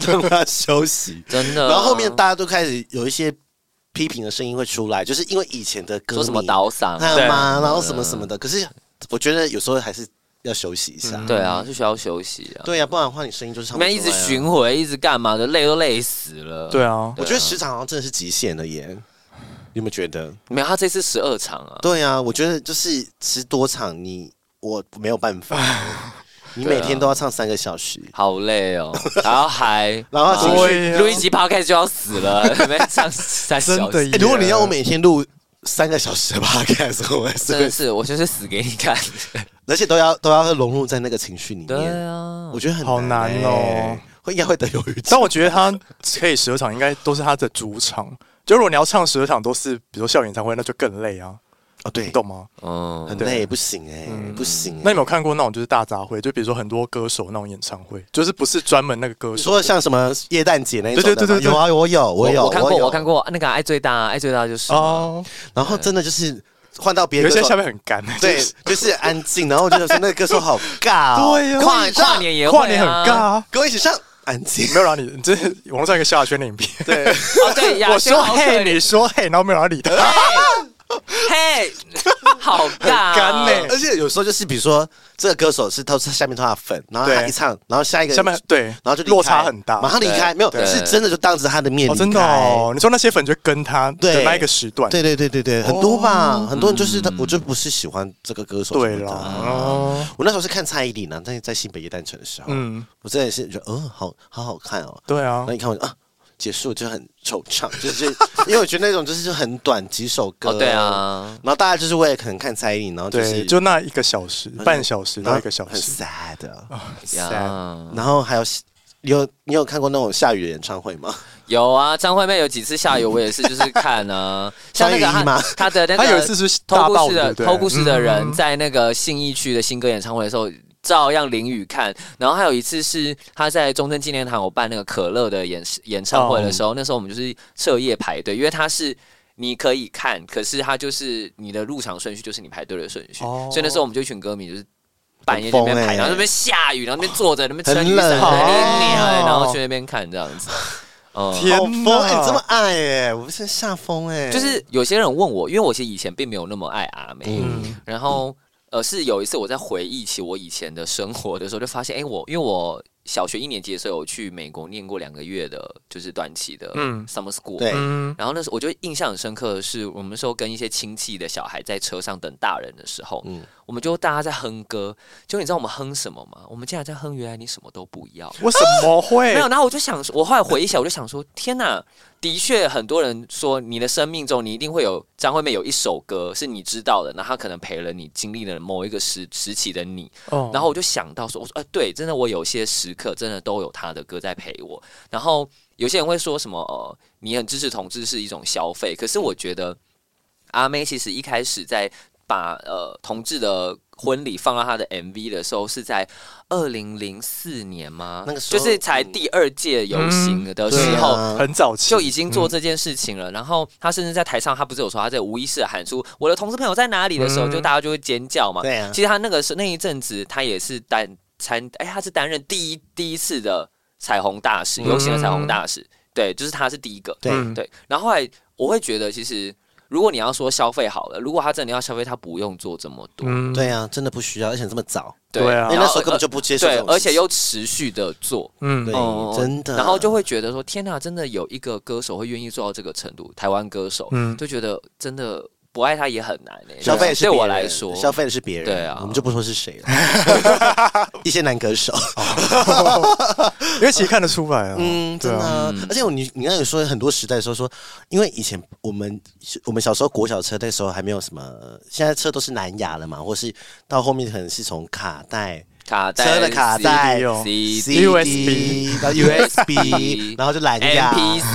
让他休息。真的，然后后面大家都开始有一些批评的声音会出来，就是因为以前的嗯歌说什么嗯迷倒嗓，啊看对吗？然后什么什么的。可是我觉得有时候还是要休息一下。嗯对啊，是需要休息啊。对呀、不然的话你声音就是你唱不出们来、啊。一直巡回，一直干嘛的，累都累死了。对，啊，我觉得时长好像真的是极限了耶，你有没有觉得？没有他这次十二场啊，对啊，我觉得就是十多场你我没有办法，你每天都要唱三个小时。好累哦，还要嗨， 然后啊情对绪，呀录一集 podcast 就要死 了，你们唱三小真的时耶，哎如果你要我每天录三个小时的 podcast，我也是真的会，是我就是死给你 看。而且都要都要融入在那个情绪里对面，啊我，觉得很好难难哦欸，会应该会得忧郁症但。 我觉得他可以十二场，应该都是他的主场。就如果你要唱十二场都是，比如说校园演唱会，那就更累啊，哦，你对，懂吗？嗯很累，不行哎，不行欸。那你有没有看过那种就是大杂烩？就比如说很多歌手那种演唱会，就是不是专门那个歌你手说像什么耶诞节那一种对的吗，对对对对有啊，我有，我有，我看过，有我看。过啊那个爱最大啊，爱最大就是啊，哦，然后真的就是换到别有的一些歌下手，面很干， 对就是，就是安静，然后我就想说那个歌手好尬哦，对呀跟我跨一起上跨年也会啊跨年很尬啊。跟我一起上，安静。没有让你，这是网络上一个下圈的影片。 对，哦对呀，我说好可嘿，怜你说嘿，然后没有人理他。哎嘿，好欸尬，干欸嘞而且有时候就是，比如说这个歌手是他是下面他的粉，然后他对一唱，然后下一个下面对，然后就离开落差很大。马上离开，对没有对是真的就当着他的面哦，真离的开。哦，你说哦那些粉就跟他的对那一个时段，对对对对对，很多吧，很多人就是他，我就不是喜欢这个歌手。嗯对了了，，哦我那时候是看蔡依林啊，在在新北夜诞城的时候，嗯，我真的是觉得，嗯，好好好看哦。对然啊后，一看我就啊，结束就很惆怅， 就是因为我觉得那种就是很短几首歌，哦对，啊，然后大家就是为了可能看蔡依林，然后就是对，就那一个小时、半小时然到后一个小很时， sad 的。塞呀，然后还有你有你有看过那种下雨的演唱会吗？有啊，张惠妹有几次下雨，我也是就是看啊，像那个张雨绮吗她她的那个，她有一次是偷大故暴雨事的对不对偷故事的人嗯在那个信义区的新歌演唱会的时候。照样淋雨看，然后还有一次是她在中正纪念堂有办那个可乐的演演唱会的时候那时候我们就是彻夜排队，因为它是你可以看，可是它就是你的入场顺序就是你排队的顺序，哦所以那时候我们就一群歌迷就是半夜那边很疯排，欸然后那边下雨，然后那边坐着，那边撑很雨伞，冷然后那边黏哦然后去那边看这样子，嗯，天好疯哎、哪你这么爱哎、我是下风哎、就是有些人问我，因为我其实以前并没有那么爱阿妹，嗯然后呃是有一次我在回忆起我以前的生活的时候，就发现哎、诶我因为我小学一年级的时候有去美国念过两个月的，就是短期的嗯 summer school，、对嗯，然后那时候我就印象很深刻的是，我们那时候跟一些亲戚的小孩在车上等大人的时候，嗯我们就大家在哼歌，就你知道我们哼什么吗？我们竟然在哼《原来你什么都不要》。我怎么会没？有，然后我就想说，我后来回忆起来，我就想说，天哪，的确很多人说，你的生命中你一定会有张惠妹有一首歌是你知道的，那她可能陪了你经历了某一个时时期的你。哦然后我就想到说，我说，呃，对，真的，我有些时刻真的都有她的歌在陪我。然后有些人会说什么，呃，你很支持同志是一种消费，可是我觉得阿妹其实一开始在把呃同志的婚礼放到她的 MV 的时候，是在二零零四年吗？那个时候就是才第二届游行的时候。对啊很早期嗯就已经做这件事情了，然后她甚至在台上，她不是有说她在无意识地喊出“我的同事朋友在哪里”的时候，嗯就大家就会尖叫嘛。对啊，其实她那个是那一阵子，她也是担参，哎，她是担任第一第一次的彩虹大使，嗯游行的彩虹大使，对，就是她是第一个，对、嗯对，然后后来我会觉得，其实如果你要说消费好了，如果他真的要消费，他不用做这么多。嗯对啊，真的不需要，而且这么早，对啊因然为后那时候根本就不接受对这，种而且事又持续的做，嗯对，嗯真的，然后就会觉得说，天哪，真的有一个歌手会愿意做到这个程度，台湾歌手，嗯就觉得真的不爱他也很难诶、消费的是对别我人来说，消费的是别人，对啊我们就不说是谁了， 一些男歌手，因为其实看得出来啊，嗯，真对的啊，啊、而且我你你刚才说很多时代的时候说，因为以前我们我们小时候国小车那时候还没有什么，现在车都是蓝牙了嘛，或是到后面可能是从卡带。卡带车的卡带 CD 哦 CD CD，然后 USB，然后就蓝牙 MP 对，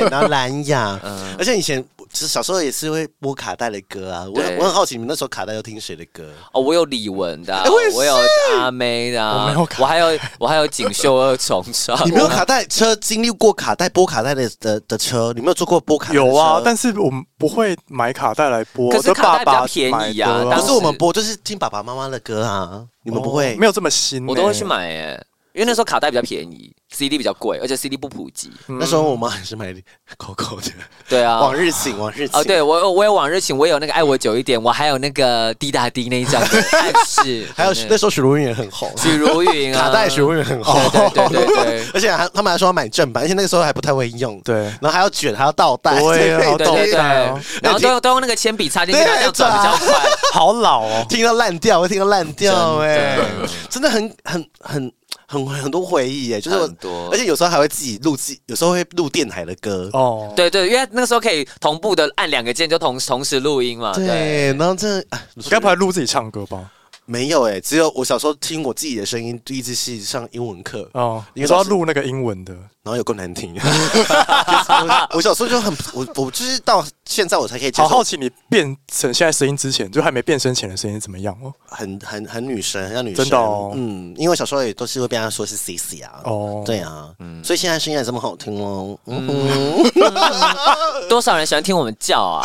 三，然后蓝牙，嗯而且以前其实小时候也是会播卡带的歌啊，我对我很好奇你们那时候卡带都听谁的歌？哦，我有李玟的啊、哎我也是有阿妹的啊、我没有卡我还有我还有锦绣二重唱， 你没有卡带车经历过卡带播卡带的的的车，你没有坐过播卡带的车有啊，但是我们不会买卡带来播，可是我的卡带爸爸比较便宜啊买的当不时哦是我们播，就是听爸爸妈妈的歌啊，你们不会哦没？有这么新欸，我都会去买哎、因为那时候卡带比较便宜，CD 比较贵，而且 CD 不普及。嗯那时候我妈还是买 Coco 的对《啊，往日情》，《往日情》哦，对，我我有往日情，我有那个爱我久一点，我还有那个滴答滴那一张的 暗示，还有对那时候许茹芸也很红，许茹芸啊，卡带许茹芸很红，对对对对 对而且还他们还说要买正版，而且那个时候还不太会用，对 然后还要卷，还要倒带，对啊所以好对对对带哦，然后都用都用那个铅笔插进去，对它这样转比较快。好老哦，听到烂掉，会听到烂掉，哎真的，真的很很很很很多回忆，哎，就是我很多而且有时候还会自己录自己，有时候会录电台的歌，哦， 对对，因为那个时候可以同步的按两个键就同同时录音嘛。对，然后真的哎你该不会录自己唱歌吧？没有哎，只有我小时候听我自己的声音，第一次是上英文课，哦，因你为说要老师录那个英文的，然后有够难 听。我我小时候就很我我就是到现在我才可以接好好受奇你变成现在声音之前，就还没变声前的声音怎么样哦？很很很女神，很像女生。真的哦嗯，因为我小时候也都是会被人家说是 C C 啊。哦，对啊，嗯所以现在声音也这么好听喽。嗯哼， 对，多少人喜欢听我们叫啊？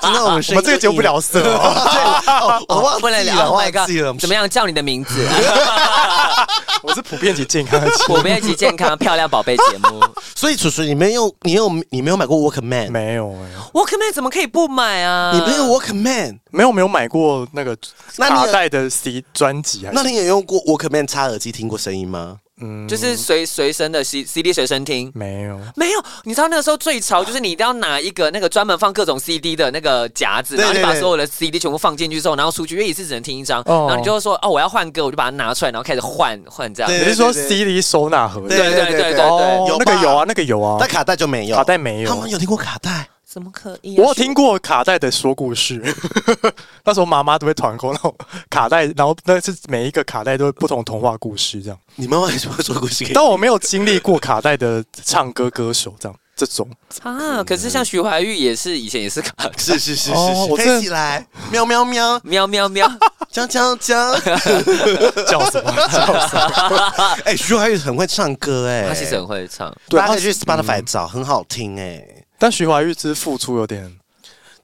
真的，我们我声音们这个节目不聊色哦。哦，我忘不能记聊了， ，Oh my 忘记了 god！怎，么样叫你的名字？ 我是普遍级健 康的节目我们一起健康漂亮宝贝节目。所以楚楚，你没有，你有，你没有买过 Walkman？ 没有哎、 Walkman 怎么可以不买啊？你没有 Walkman？没有没有买过那个那你有卡带的 C 专辑还那是？你也用过 Walkman 插耳机听过声音吗？嗯，就是随随身的 C CD 随身听。没有。没有，你知道那个时候最潮就是你一定要拿一个那个专门放各种 CD 的那个夹子，对然后你对把对所有的 CD 全部放进去之后，然后出去，因为一次只能听一张，哦然后你就会说哦，我要换歌，我就把它拿出来，然后开始换换这样。对你对是说对 CD 收纳盒？对对对对对哦有吧那个有啊，那个有啊但，卡带就没有，卡带没有他们有听过卡带？怎么可以、我有听过卡带的说故事， 那时候妈妈都会团购那种卡带，然后那是每一个卡带都有不同童话故事这样。你妈妈为什么说故事给你？但我没有经历过卡带的唱歌歌手这样这种，啊！可是像徐怀钰也是以前也是卡 是是是哦我真的飞起来，喵喵喵，喵喵喵，锵锵锵。叫 什么叫什么？哎，徐怀钰很会唱歌哎，他其实很会唱。对大家可以他嗯去 Spotify 找，很好听哎。但徐怀钰之付出有点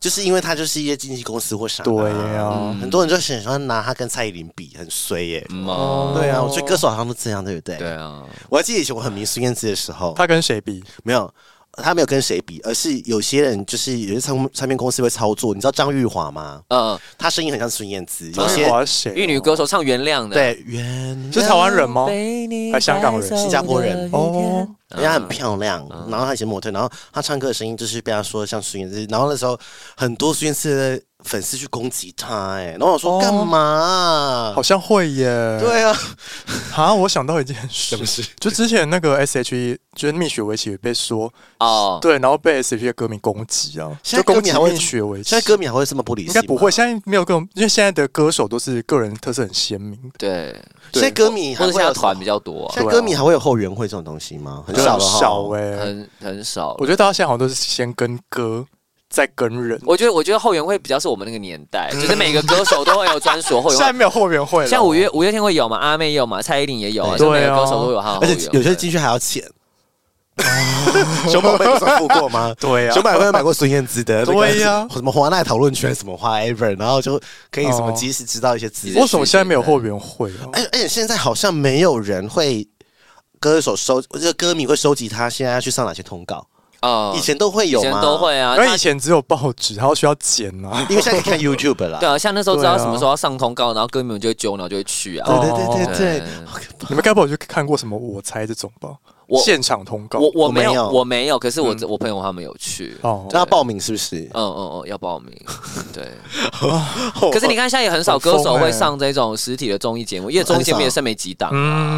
就是因为他就是一些经纪公司或啥，对呀，很多人就很喜欢拿他跟蔡依林比，很衰耶。嗯哦，对啊，我觉得歌手好像都这样，对不对？对。啊，我还记得以前我很迷孙燕姿的时候，他跟谁比？没有，他没有跟谁比，而是有些人就是有些唱唱片公司会操作。你知道张玉华吗？嗯，他声音很像孙燕姿，有张些玉华是谁？玉女歌手唱原谅的，，对原是台湾人吗？被你还香港人带走的新加坡人雨天哦，人家很漂亮，嗯然后她以前模特，然后她唱歌的声音就是被她说像孙燕姿，然后那时候很多孙燕姿的粉丝去攻击她，哎，然后我说哦干嘛好？像会耶。对 啊，啊，我想到一件事，就之前那个 S H E，就是蜜雪薇琪也被说哦，对，然后被 S H E 的歌迷攻击啊，现在歌就攻迷击还会蜜雪薇琪。现在歌迷还会这么不理应性？该不会，，现在没有各种，因为现在的歌手都是个人特色很鲜明的，对，现在歌迷或者还现会有在什么团比。较多啊，现在歌迷还会有后援会这种东西吗？很少了少哈少哎、很很少我。觉得大家现在好像都是先跟歌，再跟人，我觉得，我觉得后援会比较是我们那个年代，就是每个歌手都会有专属的后现援会，在没有后援会了。像五月五月天会有嘛，阿妹也有嘛，蔡依林也有啊，对就每个啊歌手都哦有他的后而援且会有些进去还要钱。熊宝贝不是有付过 吗？对啊熊宝贝有买过孙燕姿的，那个对呀什么华纳讨论圈什么 whatever，然后就可以什么哦及时哎知道一些资讯为。什么现在没有后援会啊？而而且现在好像没有人会歌手收，这个歌迷会收集他现在要去上哪些通告，啊以前都会有以前吗？都，会啊，因为那以前只有报纸，然后需要剪 啊。因为现 在可以看 YouTube 啦。对啊，像那时候知道对啊什么时候要上通告，然后歌迷们就会揪，然后就会去啊。对对对对对哦，好可怕你们该不会去看过什么《我猜》这种吧？我现场通告。我我没我没有有我没有，可是我我朋友他们有去。哦，那要报名是不是？嗯嗯嗯，要报名。 对，可是你看现在也很少歌手欸会上这种实体的综艺节目，因为综艺节目也剩没几档啊。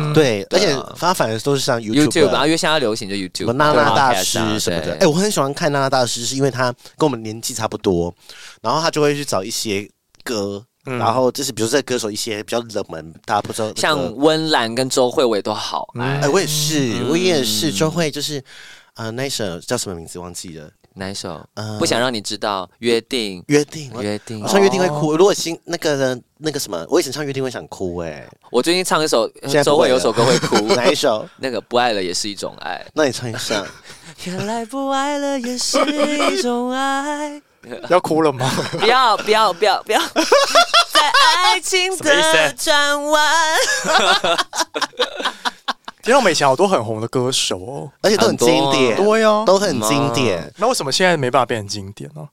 嗯，对，而且对啊他反而都是上 YouTube，然后啊因为现在流行就什 YouTube，么娜对娜大 Podcast 啊师什么的，哎、对我很喜欢看娜娜大师，是因为他跟我们年纪差不多，然后他就会去找一些歌，嗯然后就是比如说这歌手一些比较冷门，大家不知道的歌，像嗯温岚跟周慧伟都好哎、爱。我也是，我也是，就会就是，呃，那一首叫什么名字忘记了，哪一首嗯？不想让你知道，约定，约定，约定哦我。唱约定会哭。如果新那个那个什么，我以前唱约定会想哭哎、 我最近唱一首现在，不周会慧了有首歌会哭， 哪一首？那个不爱了也是一种 爱。那你唱一下。原来不爱了也是一种爱。 要哭了吗？ 不要不要不要不要再爱爱情什么意思的转弯。听到我们以前好多很红的歌手哦，而且都很经典，很对啊，都很经嗯典。那为什么现在没办法变成经典呢、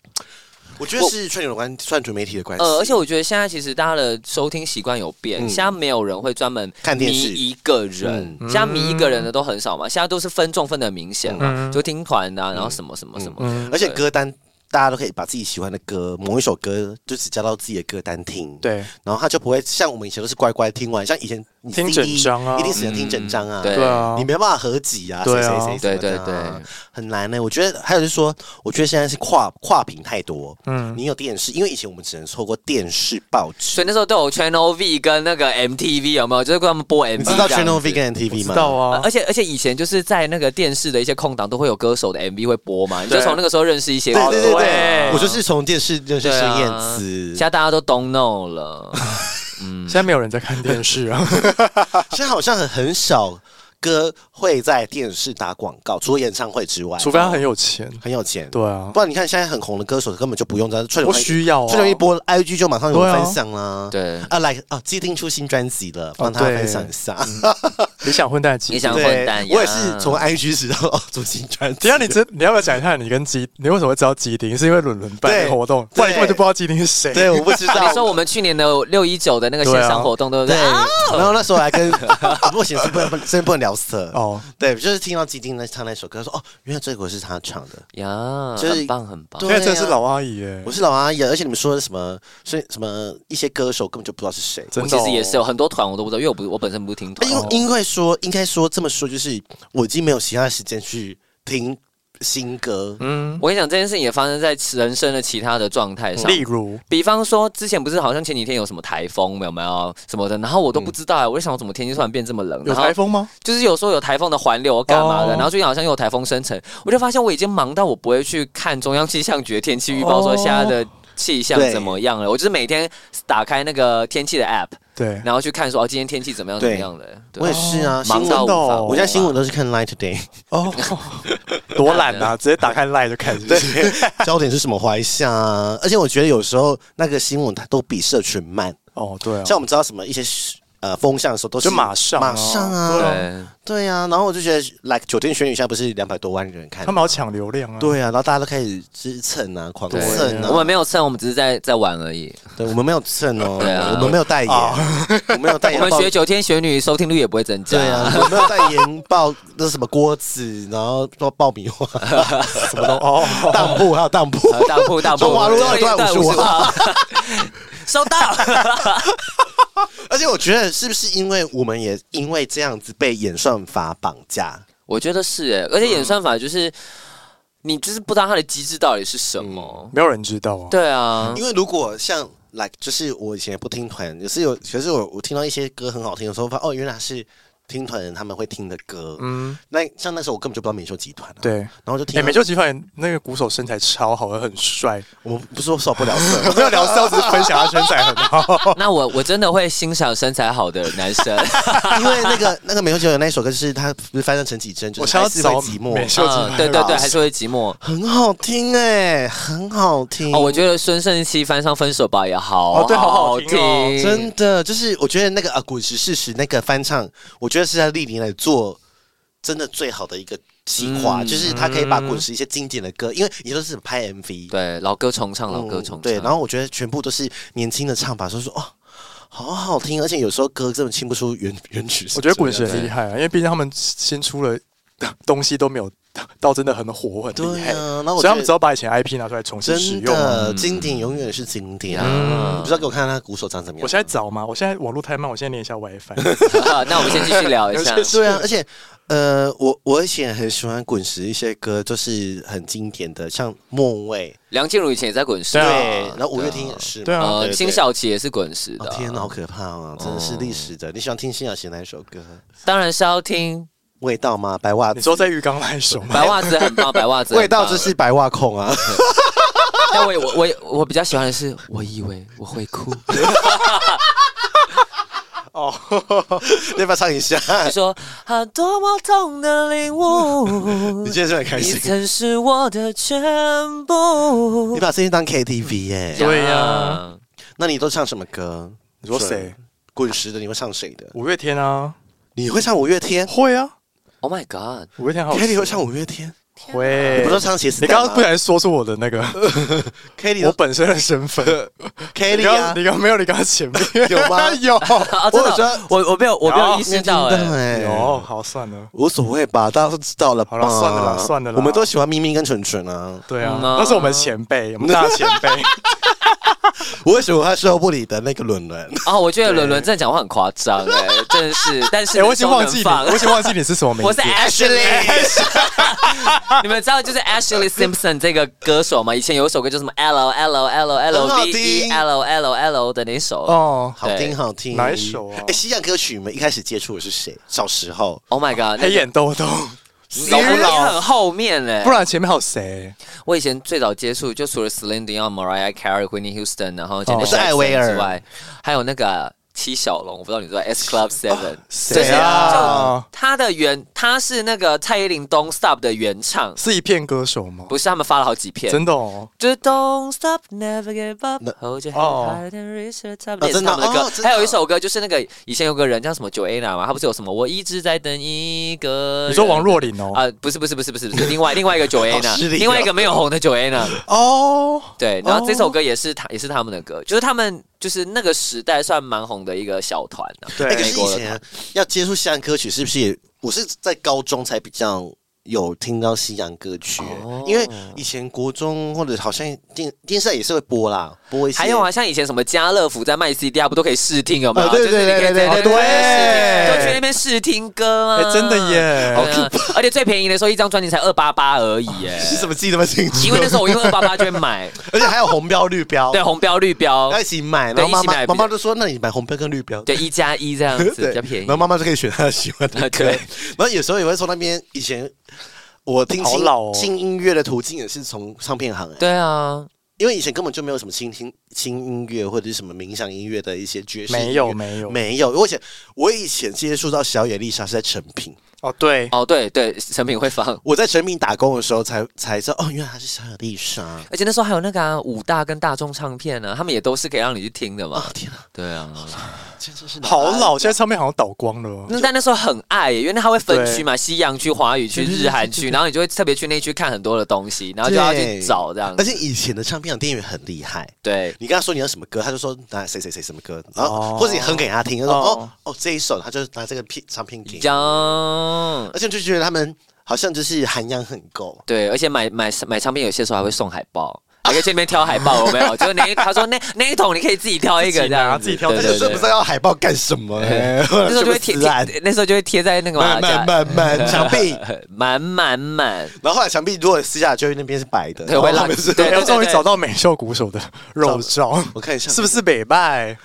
我觉得是串流的关，串流媒体的关系。呃，而且我觉得现在其实大家的收听习惯有变，嗯现在没有人会专门看迷电视嗯一个人，现在迷一个人的都很少嘛，现在都是分众分的明显嘛，嗯就听团啊，然后什么什么什么，嗯，而且歌单，大家都可以把自己喜欢的歌，某一首歌就只加到自己的歌单听。，对然后他就不会像我们以前都是乖乖听完，像以前你听 CD 整张啊一定只能听整张啊。对对啊，你没办法合集啊，谁对啊谁谁谁对什么的啊对对，很难呢。我觉得还有就是说，我觉得现在是跨跨屏太多，嗯你有电视，因为以前我们只能透过电视、报纸所，以那时候都有 Channel V 跟那个 MTV 有没有？就是他们播 MV，你知道这样 Channel V 子跟 NTV 知吗？道啊呃，而且而且以前就是在那个电视的一些空档都会有歌手的 MV 会播嘛，你就对从那个时候认识一些对歌对手对哦对对，我就是从电视认识对孙燕啊姿现，在大家都 don't know 了，现在没有人在看电视啊， 现在好像很很少歌会在电视打广告，除了演唱会之外，除非他很有钱。很有钱。对啊，不然你看现在很红的歌手根本就不用这样串流不媒体，需要啊。串流一播 IG 就马上有对啊哦分享啦。对。啊，来啊，既定出新专辑了，帮他对分享一下。理想混蛋机理。想嗯混对蛋，呀我也是从 IG 知道哦，做新专辑。等一下你知你要不要讲一下你跟基？你为什么会知道基丁？是因为伦伦办的活动，对不然你根本就不知道基丁是谁。对，我不知啊道。 你说我们去年的六一九的那个线上活动，对不对，对？啊然后那时候还 跟不行，是不能真不能聊色。哦，对，就是听到基丁在唱那首歌，说哦，原来这个是他唱的。呀，就是很棒很棒对。那真的是老阿姨耶我，是老阿姨，而且你们说的什么，所以什么一些歌手根本就不知道是谁。哎真我的其哦实也是有很多团我都不知道，因为我不我本身不是听团因。为因为说，应该说这么说，就是我已经没有其他的时间去听新歌，嗯，哦我跟你讲，这件事情也发生在人生的其他的状态上。例如比方说，之前不是好像前几天有什么台风，有没有什么的？然后我都不知道、嗯我就想我怎么天气突然变这么冷？有然后台风吗？就是有时候有台风的环流干嘛的，哦然后最近好像又有台风生成，我就发现我已经忙到我不会去看中央气象局的天气预报，说哦现在的气象怎么样了。我就是每天打开那个天气的 app，对，然后去看说哦今天天气怎么样怎对么样了。对我也是啊，新忙闻到无真的哦法。我现在新闻都是看 Line Today，哦， 多懒啊，直接打开 line 就看。对，焦点是什么怀夏啊，而且我觉得有时候那个新闻它都比社群慢，哦，对啊，像我们知道什么一些呃风向的时候，都是就马上啊马上啊，对，对啊，然后我就觉得，like 酒店选举现在不是两百多万人看他，们要抢流量啊。，对啊，然后大家都开始支蹭啊，狂对蹭我啊，们没有蹭，我们只是在在玩而已。对我们没有蹭哦，对啊我们没有代言，我们没有代我言，们学九天玄女，收听率也不会增加。对啊，有没有代言爆那什么锅子，然后做爆米花、什么都哦， 当铺，还有当铺。呃，大铺大铺，中华路终于段段55 55号，收到。 而且我觉得是不是因为我们也因为这样子被演算法绑架？我觉得是哎，而且演算法就是你就是不知道它的机制到底是什么。没有人知道啊。对啊，因为如果像 like 就是我以前也不听团，也是有，可是我我听到一些歌很好听的时候，发现哦，原来是听团人他们会听的歌。嗯，那像那时候我根本就不知道美秀集团、啊，，对。然后就听哎，到美秀集团那个鼓手身材超好，很帅。我们不是说受不 了色，我 没有聊骚，只是分享他身材很好。那我我真的会欣赏身材好的男生。 因为那个那个美秀集团那一首歌就是他不是翻唱陈绮贞，就我是想要还是会找寂寞，美秀集嗯，团，对对对，还是会寂寞。很好听哎、很好听。哦，我觉得孙盛希翻唱《分手吧》也好，哦对好好听哦真的就是，我觉得那个啊，滚石事实那个翻唱，我觉得是在历年来做真的最好的一个企划，嗯就是他可以把滚石一些经典的歌，因为也都是拍 MV，对老歌重唱，老歌重嗯唱。对，然后我觉得全部都是年轻的唱法，所以说哦，好好听，而且有时候歌根本听不出原原曲是 我这觉样得子。滚石很厉害啊，因为毕竟他们新出了东西都没有到真的很火很厉对害，啊，那我所以觉他们只得要把以前 IP 拿出来重新使真用啊。的经典永远是经典。啊嗯 你不知道给我看他鼓手长怎么样？我现在找嘛，我现在网络太慢，我现在连一下 WiFi。那我们先继续聊一 下有。些对啊，而且呃，我我以前很喜欢滚石一些歌，就是很经典的，像《莫蔚梁静茹以前也在滚石，》，对啊然后五月天也是嘛，对啊呃，辛。晓琪也是滚石哦的。天哪，好可怕啊！真的是历史的。你喜欢听辛晓琪哪一首歌？当然是要 听味道吗？白袜子。你说在浴缸那一首 吗？白袜子很棒，白袜子很棒味道就是白袜控啊！但我我我我比较喜欢的是，我以为我会 哭。 哦，要不要唱一 下？你说啊，多么痛的领 悟你，今天是很哎开你心，曾是我的全部你。把声音当 KTV 耶、 对呀那你都唱什么歌？你说谁？滚石的你会唱谁的？五月天啊，你会唱五月天？会啊， Oh my god！五月天好吃。 k a t i e 会唱五月天？会你不，是唱写死哎你蛋吗？刚刚不小心说出我的那个 k a t i e 我本身的身份。 k a 你 t i e 刚啊你，刚没有，你刚刚前 面有吗哦有啊，我真有的，说我我没有我没有意没有识听到哎、哎有，哦好算了。无所谓吧，大家都知道了吧。好了算了啦算了啦我们都喜欢咪咪跟纯纯啊。对啊，嗯啊那是我们前辈，我们大前 辈。我为什么会说不理的那个伦伦？啊，我觉得伦伦真的讲话很夸张哎，真的是，但是哎，我已经忘记你，放我已经忘记你是什么名字。我是 Ashley，你们知道就是 Ashley Simpson 这个歌手吗？以前有一首歌叫什么 L L L L 很好 V 听 E L L L 的那首哦，好听好听，哪一首啊哎，西洋歌曲你们一开始接触的是谁？小时候， ，Oh my God，黑眼豆豆，老很后面哎，不然前面还有谁？我以前最早接触就除了 Celine Dion、Mariah Carey、Whitney Houston，然后哦简是艾薇儿之外，还有那个七小龙，我不知道你知道 S Club Seven 谁啊？他的原他是那个蔡依林 Don't Stop 的原唱，是一片歌手吗？不是他们发了好几片，真的哦，就是 Don't Stop Never Give Up 那 Hold Your Head 哦 Higher Than Reach Your Top，也啊是真的他们的哦歌真。的还有一首歌就是那个以前有个人叫什么 Joanna 嘛，他不是有什么我一直在等一个人你说王若琳哦？呃啊？不是不是不是不是不是，另外另外一个 好失 Joanna，礼哦另外一个没有红的 Joanna。 哦，对，然后这首歌也是他，也是他们的歌，就是他们就是那个时代算蛮红的一个小团啊。对哎，可美是国以的前要接触西洋歌曲，是不是也？我是在高中才比较有听到西洋歌曲，哦因为以前国中或者好像电电视台也是会播啦，播一些。还有啊，，像以前什么家乐福在卖 CD 啊，不都可以试听有没有？啊对对就是你可以在那边对对对试对听就去那边试听歌哎啊，，真的耶，对啊！而且最便宜的时候，一张专辑才二八八而已耶。你怎么记得那么清楚？因 为那时候我用二八八就会 买，而且还有红标绿标，对，啊红标绿标要，一起买，对然后妈一起妈买妈妈就说：“那你买红标跟绿标。”对，一加一这样子比较便宜然后。妈妈就可以选她喜欢 的歌。对然后有时候也会从那边以前。我听好新老哦新音乐的途径也是从唱片行哎、 对啊，因为以前根本就没有什么轻听轻音乐或者是什么冥想音乐的一些爵士音乐，没有没有没有。我以前我以前接触到小野丽莎是在成品，哦，对，哦对对，成品会放，我在成品打工的时候才才知道哦，原来她是小野丽莎啊！而且那时候还有那个啊武大跟大众唱片啊呢，他们也都是可以让你去听的嘛。天啊，对啊，这真是好老，现在唱片好像倒光了哦。那但那时候很爱耶，因为它会分区嘛，西洋区、华语区、日韩区，然后你就会特别去那区看很多的东西，然后就要去对找这样而子。且以前的唱片行店员很厉害，对，你跟他说你要什么歌，他就说拿谁谁谁什么歌，然后、哦或者你哼给他听，他说哦哦哦这一首，他就拿这个片唱片给你，讲而且就觉得他们好像就是涵养很够。对，而且买买买唱片有些时候还会送海报。还可以去那边挑海报，有没有？就是那一他说那那一桶你可以自己挑一个自己这拿样子，自己挑对那自己对时候不对知。道要海报干什么、欸，那那时候就会贴，贴那时候就会贴在那个嘛满家满满满墙壁，满满满，然后后来墙壁如果撕下来，就会那边是白的，对然后会烂他们是对哎，我 终于找到美秀鼓手的肉照，我看一下是不是北拜？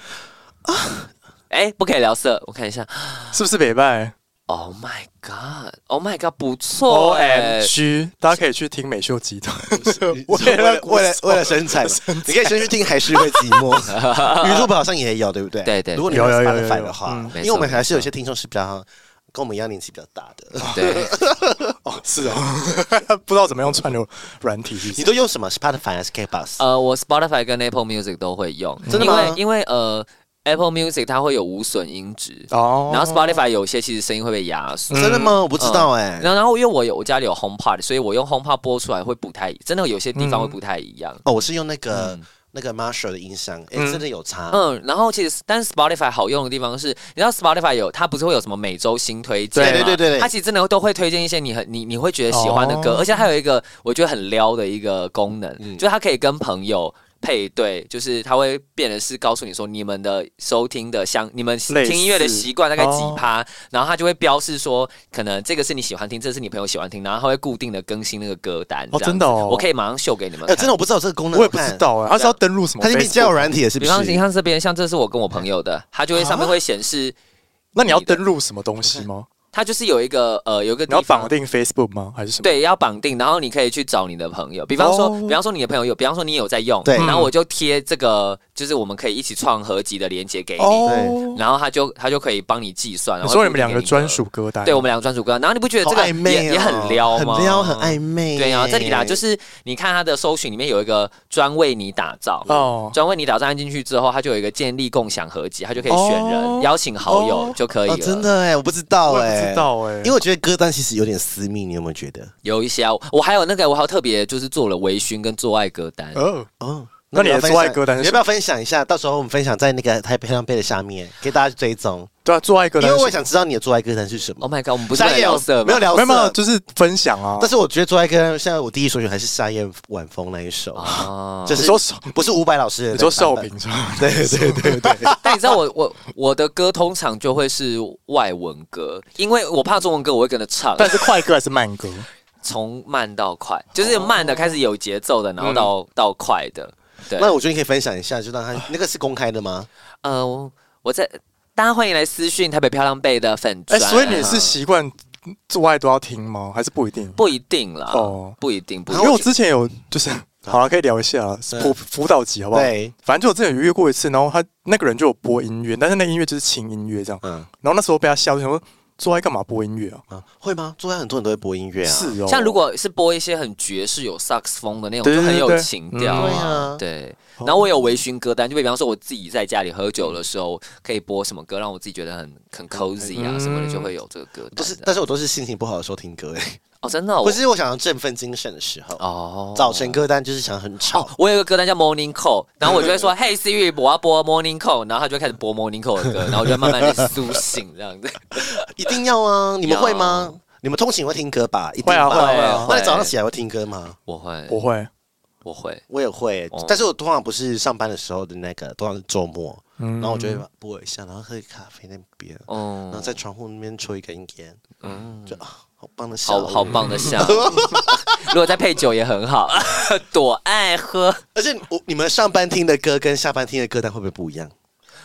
哎，不可以聊色，我看一下。是不是北拜 Oh my god，Oh my god，不？O 错哎 M，G，大家可以去听美秀集团。为了鼓手为了为了身材嘛，你可以先去听，还是会寂寞。鱼肉好像也有，对不对？对对如果你有有有有 Spotify 有的话嗯，没因为我们错还是有些听众是比较跟我们一样年纪比较大的。对，哦，是哦， 不知道怎么用串流软体是不你是。都用什么 Spotify 还是 K Bus？呃，我 Spotify 跟 Apple Music 都会用，真的因为吗因为呃 Apple Music 它会有无损音质，哦然后 Spotify 有些其实声音会被压缩。真的吗？我不知道哎。然后，然后因为我有我家里有 HomePod，所以我用 HomePod 播出来会不太，真的有些地方会不太一样。哦，我是用那个那个 Marshall 的音箱，哎，真的有差。嗯，然后其实，但是 Spotify 好用的地方是，你知道 Spotify 有它不是会有什么每周新推荐吗？对对对对对它其实真的都会推荐一些你很你你会觉得喜欢的歌，哦而且它有一个我觉得很撩的一个功能，嗯就是它可以跟朋友。配对就是它会变得是告诉你说你们的收听的像你们类似听音乐的习惯大概几哦趴，然后它就会标示说可能这个是你喜欢听，这是你朋友喜欢听，然后它会固定的更新那个歌单。哦这样真的哦子我可以马上秀给你们哎，看。真的我不知道这个功能，我也不知道哎，他是要登录什么它那 Facebook？边交友软体也是不啊比方你是？看这边，像这是我跟我朋友的，它就会上面会显示那你要登录什么东西吗？它就是有一个呃，有一个你要地方绑定 Facebook 吗？还是什么？对，要绑定，然后你可以去找你的朋友，比方说，哦比方说你的朋友有，比方说你有在用，对然后我就贴这个，就是我们可以一起创合集的链接给你，哦，然后他就他就可以帮你计算。然你后说就你们两给个的专，属歌单，对我们两个专属歌，然后你不觉得好这个暧昧也哦也很撩吗？很撩，很暧昧。对啊，这里啦，就是你看他的搜寻里面有一个专为你打造。哦，专为你打造按进去之后，它就有一个建立共享合集，它就可以选人、哦邀请好友哦就可以了。哦，真的哎，我不知道我也哎，不知，道哎，因为我觉得歌单其实有点私密，你有没有觉得？有一些啊，我还有那个，我还有特别就是做了微醺跟做爱歌单。哦，哦。那你的要分做爱享歌单是你要不要分享一下？到时候我们分享在那个台北上背的下面，给大家去追踪。对啊，做爱歌因单为是我想知道你的做爱歌单是什么。 Oh my god，我们不是沙在燕聊色没有吗？聊没色，有没有，就是分享啊。但是我觉得做爱歌单现在我第一首选还是沙燕晚风那一首， 啊就你是说手，不是伍佰老师的那哦你个说版本寿平是吧？对对对对，但你知道我我我的歌通常就会是外文歌，因为我怕中文歌我会跟着唱， 但是快歌还是慢歌？从慢到快，就是慢的开始有节奏的，然后哦到、到快的。对，那我觉得你可以分享一下，就让他那个是公开的吗？呃，我我在大家欢迎来私讯台北漂亮贝的粉哎，啊砖、所以你是习惯做爱都要听吗？还是不一定？不一定啦，哦不一定，不一因定为我之前有就是。好了，可以聊一下辅辅导级好不好？对，反正就我之前有约过一次，然后他那个人就有播音乐，但是那音乐就是轻音乐这样。嗯然后那时候被他笑，就想说做爱干嘛播音乐啊？啊，会吗？做爱很多人都会播音乐啊，是哦，像如果是播一些很爵士、有萨克斯风的那种，对就对很对有对情调对啊啊。对，哦然后我有微醺歌单，就比方说我自己在家里喝酒的时候，可以播什么歌让我自己觉得很很 cozy 啊嗯什么的，就会有这个歌单。都是，但是我都是心情不好的时候听歌，哎，哦，真的哦不是我想要振奋精神的时候，哦，早晨歌单就是想很吵，哦我有一个歌单叫 Morning Call，然后我就会说 Hey Siri，我要播 Morning Call，然后他就会开始播 Morning Call 的歌，然后我就慢慢的苏醒这样子。一定要啊！你们会要吗？你们通勤会听歌吧？一定会啊吧会啊会啊那你早上起来会听歌吗？我会，我会，我会。我也会哦，但是我通常不是上班的时候的那个，通常是周末，嗯然后我就会播一下，然后喝咖啡那边，哦然后在窗户那边抽一根烟，嗯，就啊，好棒的下好午，好棒的下午，如果再配酒也很好， 多爱喝。而且我你们上班听的歌跟下班听的歌单会不会不一样？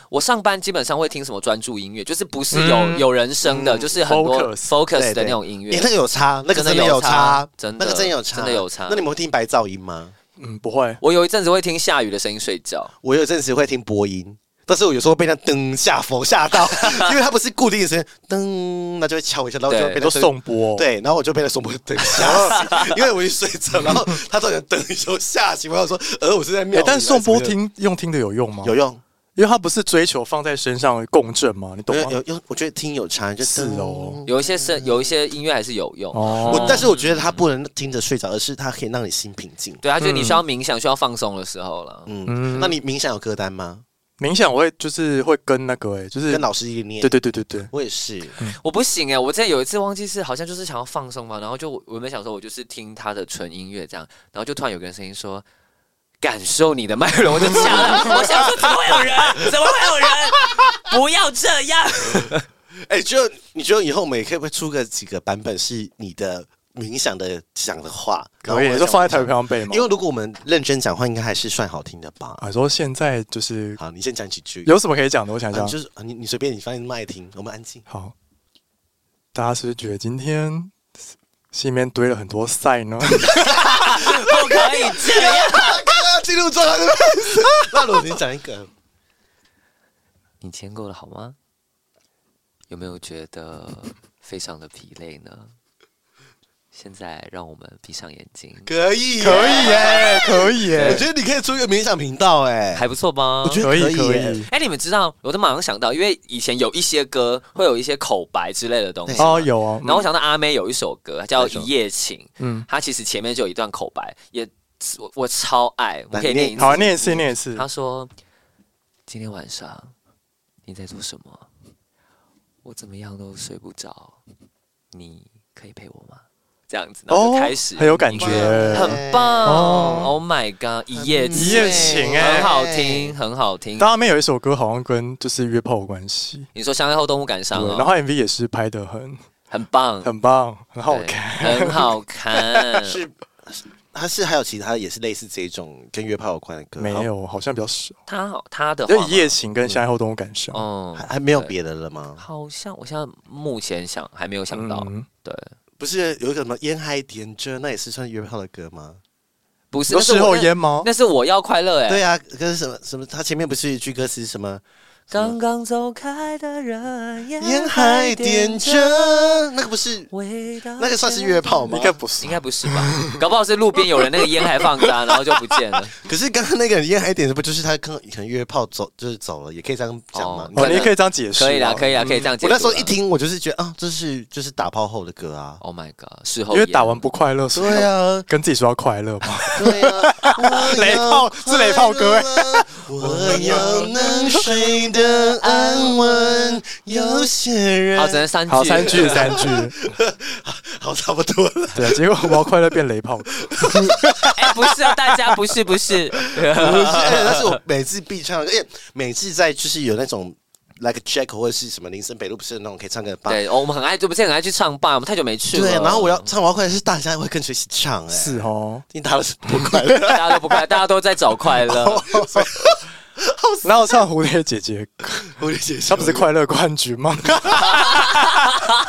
我上班基本上会听什么专注音乐，就是不是有、嗯有人声的，就是很多 Focus focus 的对那种音乐。诶那个有差，那个真真的的有有差差，真的那个真有差，真的有差那你们会听白噪音吗？嗯不会，我有一阵子会听下雨的声音睡觉，我有一阵子会听播音，但是我有时候被那噔下风 吓到，因为它不是固定的声音，噔，那就会敲一下，然后我就对哦会被你那说声。送播，，对，然后我就被那松柏灯吓醒，因为我一睡着，然后他突然噔一下吓醒，我想说，呃，我是在庙哎里，但还是是送播怎么样听用听的有用吗？有，用，因为他不是追求放在身上的共振嘛，你懂有吗？有用，我觉得听有差，就是哦。有一些声，有一些音乐还是有用。哦我但是我觉得他不能听着睡着，而是他可以让你心平静。对啊，就是你需要冥想、需要放松的时候了。嗯嗯，那你冥想有歌单吗？冥想我会就是会跟那个哎、就是跟老师一念对。嗯对对对对，我也是，我不行哎、我之前有一次忘记是好像就是想要放松嘛，然后就我原本想说我就是听他的纯音乐这样，然后就突然有个人声音说。感受你的脉轮，我就吓了。我想说，怎么会有人？怎么会有人？不要这样！哎，就你觉得以后我们也可以会出个几个版本，是你的冥想的讲的话，然后可以我你来说讲放在台北漂亮背吗？因为如果我们认真讲话，应该还是算好听的吧。啊啊，说现在就是好，你先讲几句，有什么可以讲的，我想啊想你，就是啊你你随便，你放麦听，我们安静。好，大家是不是觉得今天心里面堆了很多塞呢？不可以这样。啊进入状态， 那我先讲一个，你签够了好吗？有没有觉得非常的疲累呢？现在让我们闭上眼睛，可以， 可以。耶，可以我耶，觉得你可以出一个冥想频道，哎，还不错吧？我觉得可以可可以耶以。哎、你们知道，我都马上想到，因为以前有一些歌会有一些口白之类的东西，哦，有哦，然后我想到阿妹有一首歌叫哪首《一夜情》，嗯，她其实前面就有一段口白，也我我超爱，我来可以念念一嗯次。好，念一次，念一次。她说：“今天晚上你在做什么？我怎么样都睡不着，你可以陪我吗？”这样子，然后就开始，哦嗯很有感觉，很棒、哦 o h my god！一夜欸一夜情哎很好听，很好听。大家妹有一首歌好像跟就是约炮有关系，你说相爱后动物感伤、对，哦，然后 MV 也是拍的很很棒，很棒，很好嗯对看。 很好看。是他是还有其他也是类似这种跟约炮有关的歌，没好，有，好像比较少。他好，他的就话一夜情跟相爱后都有感伤。哦还，还没有别的了吗？好像我现在目前想还没有想到，嗯对，不是有一个什么烟还点着，那也是算约炮的歌吗？不是有那是事后我烟吗？那是我要快乐哎，对啊，跟什么什么，他前面不是有一句歌词什么刚刚走开的人，烟还点着，那个不是味道，那个算是约炮吗？应该不是应。该不是吧？ 搞不好是路边有人那个烟还放着啊，然后就不见 了。可是刚刚那个烟还点着，不就是他跟可能约炮走就是走了，也可以这样讲吗哦？哦，你也可以这样解释。可以啦，可以。以啦，可以这样解嗯读我啦。那时候一听，我就是觉得啊，这是就是打炮后的歌啊。 ，Oh my god，事后因为烟打完不快乐，所以对啊，跟自己说要快乐嘛。对啊，雷炮是雷炮歌哎。我要能睡得安稳，有些人好，哦只能三句，好，三句三句，好差不多 了。对啊，结果我要快乐变雷炮， 哎，不是啊，大家不是不 是，不是，哎那是我每次必唱的歌，因为每次在就是有那种 like Jack 或者是什么林森北路，不是有那种可以唱歌的吧？对，哦我们很爱，我们现在很爱去唱吧，我们太久没去了。。对，然后我要唱完快乐是大家会跟着一起唱，哎，是哦。你打了是不快乐 大家都 不快乐，大家都在找快哦乐。然后唱蝴蝶姐姐，我就解释她不是快乐冠军吗？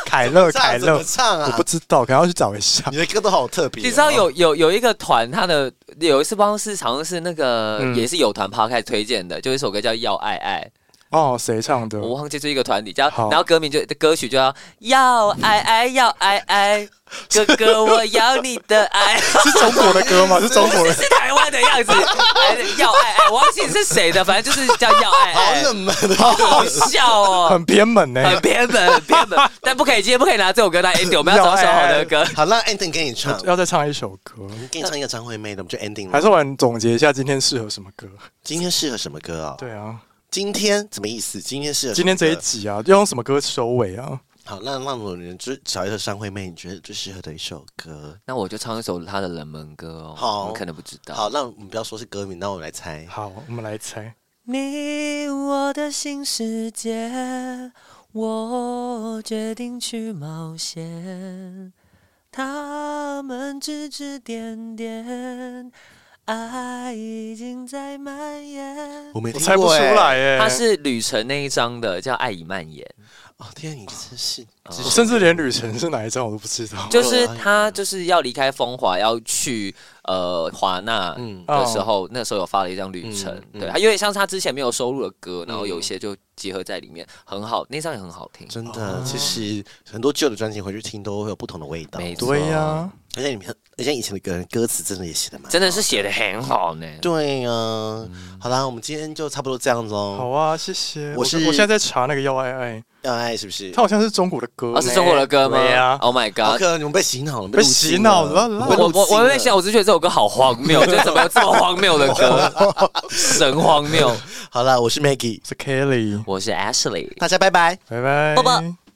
凯乐，唱凯怎么乐，唱我啊不？知道，可能要去找一下你。的歌都好特别哦。你知道有有有一个团，他的有一次帮是好像是那个、嗯也是有团 p 开推荐的，就有一首歌叫《要爱爱》，哦，谁唱的？我忘记是一个团体叫，好然后歌名就歌曲就要要爱爱要爱爱，哥哥我要你的爱。 是中国的歌吗？是中 国的是台湾的样子，还是要爱爱，我忘记是谁的，反正就是叫要爱哎好爱，冷门的，好笑哦，很啊偏门呢、很偏门，很偏门，但不可以，今天不可以拿这首歌当 ending，我们要找一首好的歌。好，让 Anton 给你唱，要再唱一首歌，给你唱一个张惠妹的，我们就 ending 还了。是我们总结一下今天适合什么歌？今天适合什么歌啊？对啊，今天什么意思？今天适合什今么天这一歌集啊，要用什么歌收尾啊？好，那让我们就找一首张惠妹你觉得最适合的一首歌。那我就唱一首她的冷门歌哦，好你可能不知道。好，那我们不要说是歌名，那我们来猜。好，我们来猜。你我的新世界，我决定去冒险。他们指指点点，爱已经在蔓延。我没我听猜不过出欸来耶、它是旅程那一章的，叫《爱已蔓延哦，天啊，你真是，真我是甚至连旅程是哪一张我都不知道》，。就是他就是要离开风华，要去呃华纳嗯的时哦候，那时候有发了一张旅程，嗯对，嗯它有点像是他之前没有收录的歌，然后有一些就结合在里面，很好，那张也很好听。真哦的，其实很多旧的专辑回去听都会有不同的味道。没错对呀、而且你们，而且以前的歌歌词真的也写的蛮。真的是写的很好呢。对呀、好啦，我们今天就差不多这样子嗯好哦。啊，谢谢。我我是我现在在查那个要爱爱，要爱是不是它？好像是中国的歌呢、哦，是中国的歌吗对呀、 ？Oh my 好 god！可，你们被洗脑了，被洗脑了啦我我我在在想，我只觉得这首歌好荒谬，就怎么有这么荒谬的 歌，神荒谬。好啦，我是 Maggie，是 Kelly，我是 Ashley，大家拜拜。拜拜，啵啵。